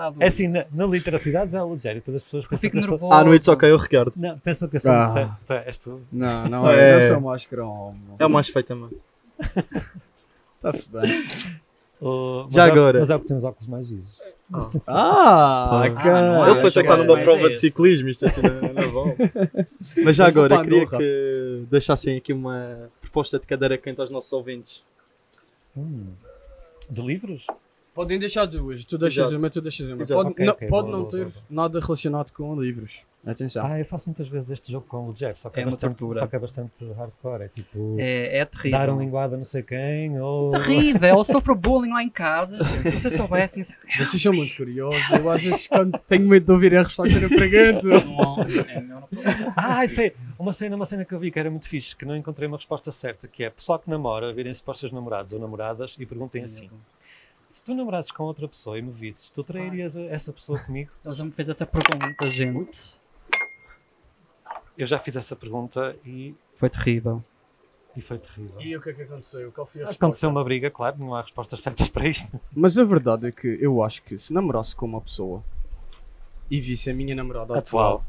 Speaker 3: óbvio.
Speaker 2: É assim, na, na literacidade é o Jerry, depois as pessoas pensam
Speaker 3: fico
Speaker 2: que eu sou.
Speaker 3: nervoso.
Speaker 4: À noite só caiu o Ricardo.
Speaker 2: Não, pensam que eu sou.
Speaker 1: Ah.
Speaker 2: sério. Tu és tu.
Speaker 1: Não, não é.
Speaker 4: É.
Speaker 1: Eu sou mais cromo.
Speaker 4: É o mais feio também.
Speaker 1: Está-se bem.
Speaker 2: Oh, mas
Speaker 4: Já
Speaker 2: é o-
Speaker 4: agora.
Speaker 2: Mas é o que tem os óculos mais giros.
Speaker 1: Ah,
Speaker 4: Ah,
Speaker 1: ok.
Speaker 3: não,
Speaker 4: Eu
Speaker 3: Ah,
Speaker 4: pensei
Speaker 3: é
Speaker 4: que está numa
Speaker 3: mais
Speaker 4: prova
Speaker 3: é
Speaker 4: de
Speaker 3: esse.
Speaker 4: ciclismo, isto assim na, na volta. Mas já
Speaker 1: Mas
Speaker 4: agora,
Speaker 1: opa,
Speaker 4: queria
Speaker 1: Andorra.
Speaker 4: que deixassem aqui uma proposta de cadeira quente aos nossos ouvintes.
Speaker 2: Hum. De livros?
Speaker 1: Podem deixar duas. Tu deixas
Speaker 4: Exato.
Speaker 1: uma, tu deixas uma.
Speaker 4: Exato.
Speaker 1: Pode
Speaker 2: Ok,
Speaker 1: não,
Speaker 2: ok,
Speaker 1: pode
Speaker 2: boa,
Speaker 1: não
Speaker 2: boa,
Speaker 1: ter
Speaker 2: boa.
Speaker 1: nada relacionado com livros. Atenção.
Speaker 2: Ah, eu faço muitas vezes este jogo com o Jack, só que é,
Speaker 3: É uma
Speaker 2: bastante,
Speaker 3: tortura.
Speaker 2: só que é bastante hardcore. É tipo
Speaker 3: É, Tá é terrível.
Speaker 2: dar um linguada a não sei quem ou.
Speaker 3: Terrível, eu sofro é bullying lá em casa. gente. Se vocês soubessem.
Speaker 1: Vocês são muito curiosos. Eu às vezes quando tenho medo de ouvir a resposta no preganto.
Speaker 3: Não, é melhor não falar.
Speaker 2: Ah, isso é uma cena, uma cena que eu vi que era muito fixe, que não encontrei uma resposta certa, que é pessoal que namora, virem-se para os seus namorados ou namoradas e perguntem assim:
Speaker 3: Uhum.
Speaker 2: se tu namorasses com outra pessoa e me visses, tu trairias a- essa pessoa comigo?
Speaker 3: Ele já me fez essa pergunta, gente.
Speaker 2: Eu já fiz essa pergunta e,
Speaker 3: Foi terrível.
Speaker 2: e foi terrível.
Speaker 1: E o que é que aconteceu? Qual foi a
Speaker 2: Aconteceu uma briga, claro, não há respostas certas para isto.
Speaker 1: Mas a verdade é que eu acho que se namorasse com uma pessoa e visse a minha namorada atual,
Speaker 2: Atual.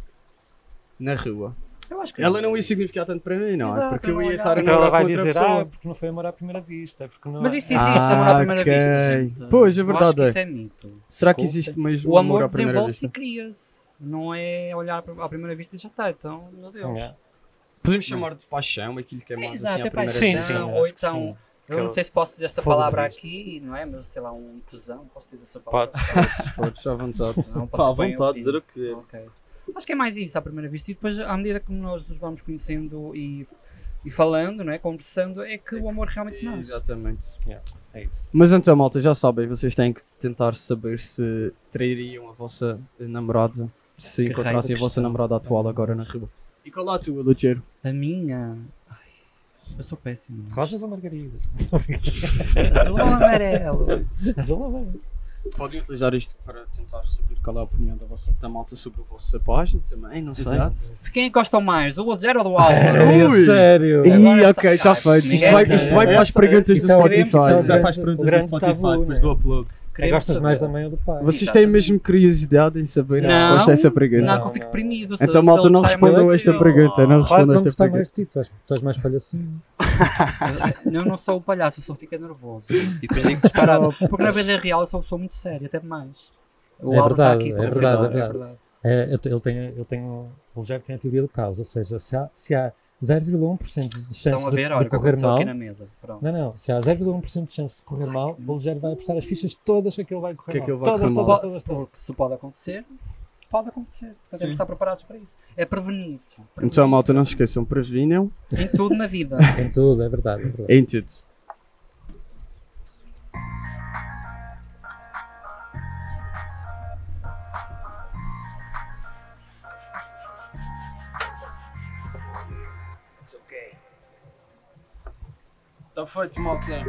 Speaker 1: na rua,
Speaker 3: Eu acho que
Speaker 1: ela não ia significar tanto para mim, não é?
Speaker 3: Exato,
Speaker 1: Porque eu
Speaker 3: não
Speaker 1: ia
Speaker 3: olhava.
Speaker 1: estar a
Speaker 2: Então ela
Speaker 1: namorar com
Speaker 2: vai
Speaker 1: outra
Speaker 2: dizer, ah, é
Speaker 1: pessoa.
Speaker 2: porque não foi amor à primeira vista, é porque não
Speaker 3: Mas
Speaker 2: é-
Speaker 3: isso existe, amor à primeira
Speaker 1: Ah,
Speaker 3: vista,
Speaker 1: ok.
Speaker 3: gente.
Speaker 1: Pois, a
Speaker 3: Eu acho
Speaker 1: verdade
Speaker 3: que
Speaker 1: é.
Speaker 3: isso é mito.
Speaker 1: Será que
Speaker 3: Desculpem.
Speaker 1: existe mesmo um
Speaker 3: O
Speaker 1: amor
Speaker 3: amor
Speaker 1: à primeira
Speaker 3: desenvolve-se e
Speaker 1: vista?
Speaker 3: cria-se. Não é olhar à primeira vista e já está. Então, meu Deus.
Speaker 2: Yeah.
Speaker 1: Podemos chamar de paixão aquilo que é mais
Speaker 3: Exato,
Speaker 1: assim à
Speaker 3: é
Speaker 1: primeira
Speaker 3: paixão.
Speaker 2: Sim,
Speaker 1: vista?
Speaker 2: sim,
Speaker 3: Não,
Speaker 2: acho
Speaker 3: ou
Speaker 2: que
Speaker 3: então,
Speaker 2: sim.
Speaker 3: Eu não sei se posso dizer esta
Speaker 2: Foda-se
Speaker 3: palavra
Speaker 2: disto.
Speaker 3: aqui, não é? Mas sei lá, um tesão. Posso dizer essa palavra?
Speaker 2: Podes.
Speaker 1: Podes, à vontade.
Speaker 3: Não,
Speaker 4: Pá, à
Speaker 3: bem
Speaker 4: vontade,
Speaker 3: ouvir.
Speaker 4: dizer o que quiser.
Speaker 3: Ok. Acho que é mais isso à primeira vista. E depois, à medida que nós nos vamos conhecendo e, e falando, não é? conversando, é que o amor realmente nasce.
Speaker 1: Exatamente.
Speaker 2: É isso.
Speaker 1: Mas então, malta, já sabem, vocês têm que tentar saber se trairiam a vossa namorada se
Speaker 3: Que raio de
Speaker 1: encontrassem a vossa
Speaker 3: questão.
Speaker 1: namorada atual agora na rua. E qual é a tua, Lucheiro?
Speaker 3: A minha. Ai, eu sou péssimo.
Speaker 2: Rojas ou margaridas?
Speaker 3: Azul ou amarelo?
Speaker 2: Mas ela vai.
Speaker 1: Podem utilizar isto para tentar saber qual é a opinião da, vossa, da malta sobre a vossa página também, não sei.
Speaker 3: De quem gostam mais? Do Lodger ou do Álvaro?
Speaker 2: É
Speaker 1: Ui!
Speaker 2: sério.
Speaker 1: Ih,
Speaker 3: Agora
Speaker 1: ok,
Speaker 3: está
Speaker 1: está feito. Isto
Speaker 3: feito.
Speaker 1: vai, isto vai para as
Speaker 4: Essa-
Speaker 1: perguntas do
Speaker 2: isso é um-
Speaker 1: Spotify.
Speaker 2: isso é um
Speaker 4: Já
Speaker 2: grande-
Speaker 4: faz
Speaker 2: o
Speaker 4: perguntas
Speaker 2: grande
Speaker 4: no Spotify
Speaker 3: né?
Speaker 2: tabu,
Speaker 4: depois do upload.
Speaker 2: É,
Speaker 3: queremos
Speaker 2: gostas mais da
Speaker 3: saber.
Speaker 2: mãe ou do pai?
Speaker 1: Vocês têm mesmo curiosidade em saber
Speaker 3: Não,
Speaker 1: a resposta a essa pergunta?
Speaker 3: Não,
Speaker 2: Não,
Speaker 3: que eu fico
Speaker 2: não.
Speaker 3: deprimido. se-
Speaker 1: Então,
Speaker 3: se
Speaker 1: malta,
Speaker 3: eles
Speaker 1: não
Speaker 3: gostarem
Speaker 1: respondam
Speaker 3: muito,
Speaker 1: esta
Speaker 3: eu-
Speaker 1: pergunta. Não
Speaker 2: Claro que
Speaker 1: respondam
Speaker 2: vão
Speaker 1: esta
Speaker 2: gostar
Speaker 1: pergunta.
Speaker 2: mais de ti, tu és, tu és mais palhacinho.
Speaker 3: Eu não sou um palhaço, eu só fico nervoso. Tipo, eu digo disparado. Porque na vida real eu sou uma pessoa muito séria, até demais. O
Speaker 2: É
Speaker 3: Álvaro tá
Speaker 2: verdade,
Speaker 3: para
Speaker 2: é verdade,
Speaker 3: confirmar.
Speaker 2: é verdade. É, eu, te- ele tem, eu tenho, o Jair tem a teoria do caos, ou seja, se há, se há 0,1% de
Speaker 3: Estão
Speaker 2: chances
Speaker 3: a
Speaker 2: de,
Speaker 3: ver, olha,
Speaker 2: de correr
Speaker 3: aconteceu
Speaker 2: mal,
Speaker 3: aqui na mesa. Pronto.
Speaker 2: não, não, se há 0,1% de chance de correr mal, o Jair vai apostar as fichas todas que aquilo vai correr
Speaker 1: Que
Speaker 2: mal.
Speaker 1: aquilo vai
Speaker 2: todas,
Speaker 1: correr mal.
Speaker 2: todas, todas, todas.
Speaker 3: Porque se pode acontecer, pode acontecer. Portanto, temos
Speaker 4: Sim.
Speaker 3: que estar preparados para isso. É prevenir. prevenir.
Speaker 1: Então, malta, não se esqueçam, previnham.
Speaker 3: Em tudo na vida.
Speaker 2: Em tudo, é verdade, é verdade.
Speaker 1: Entendi.
Speaker 5: Está feito, malta.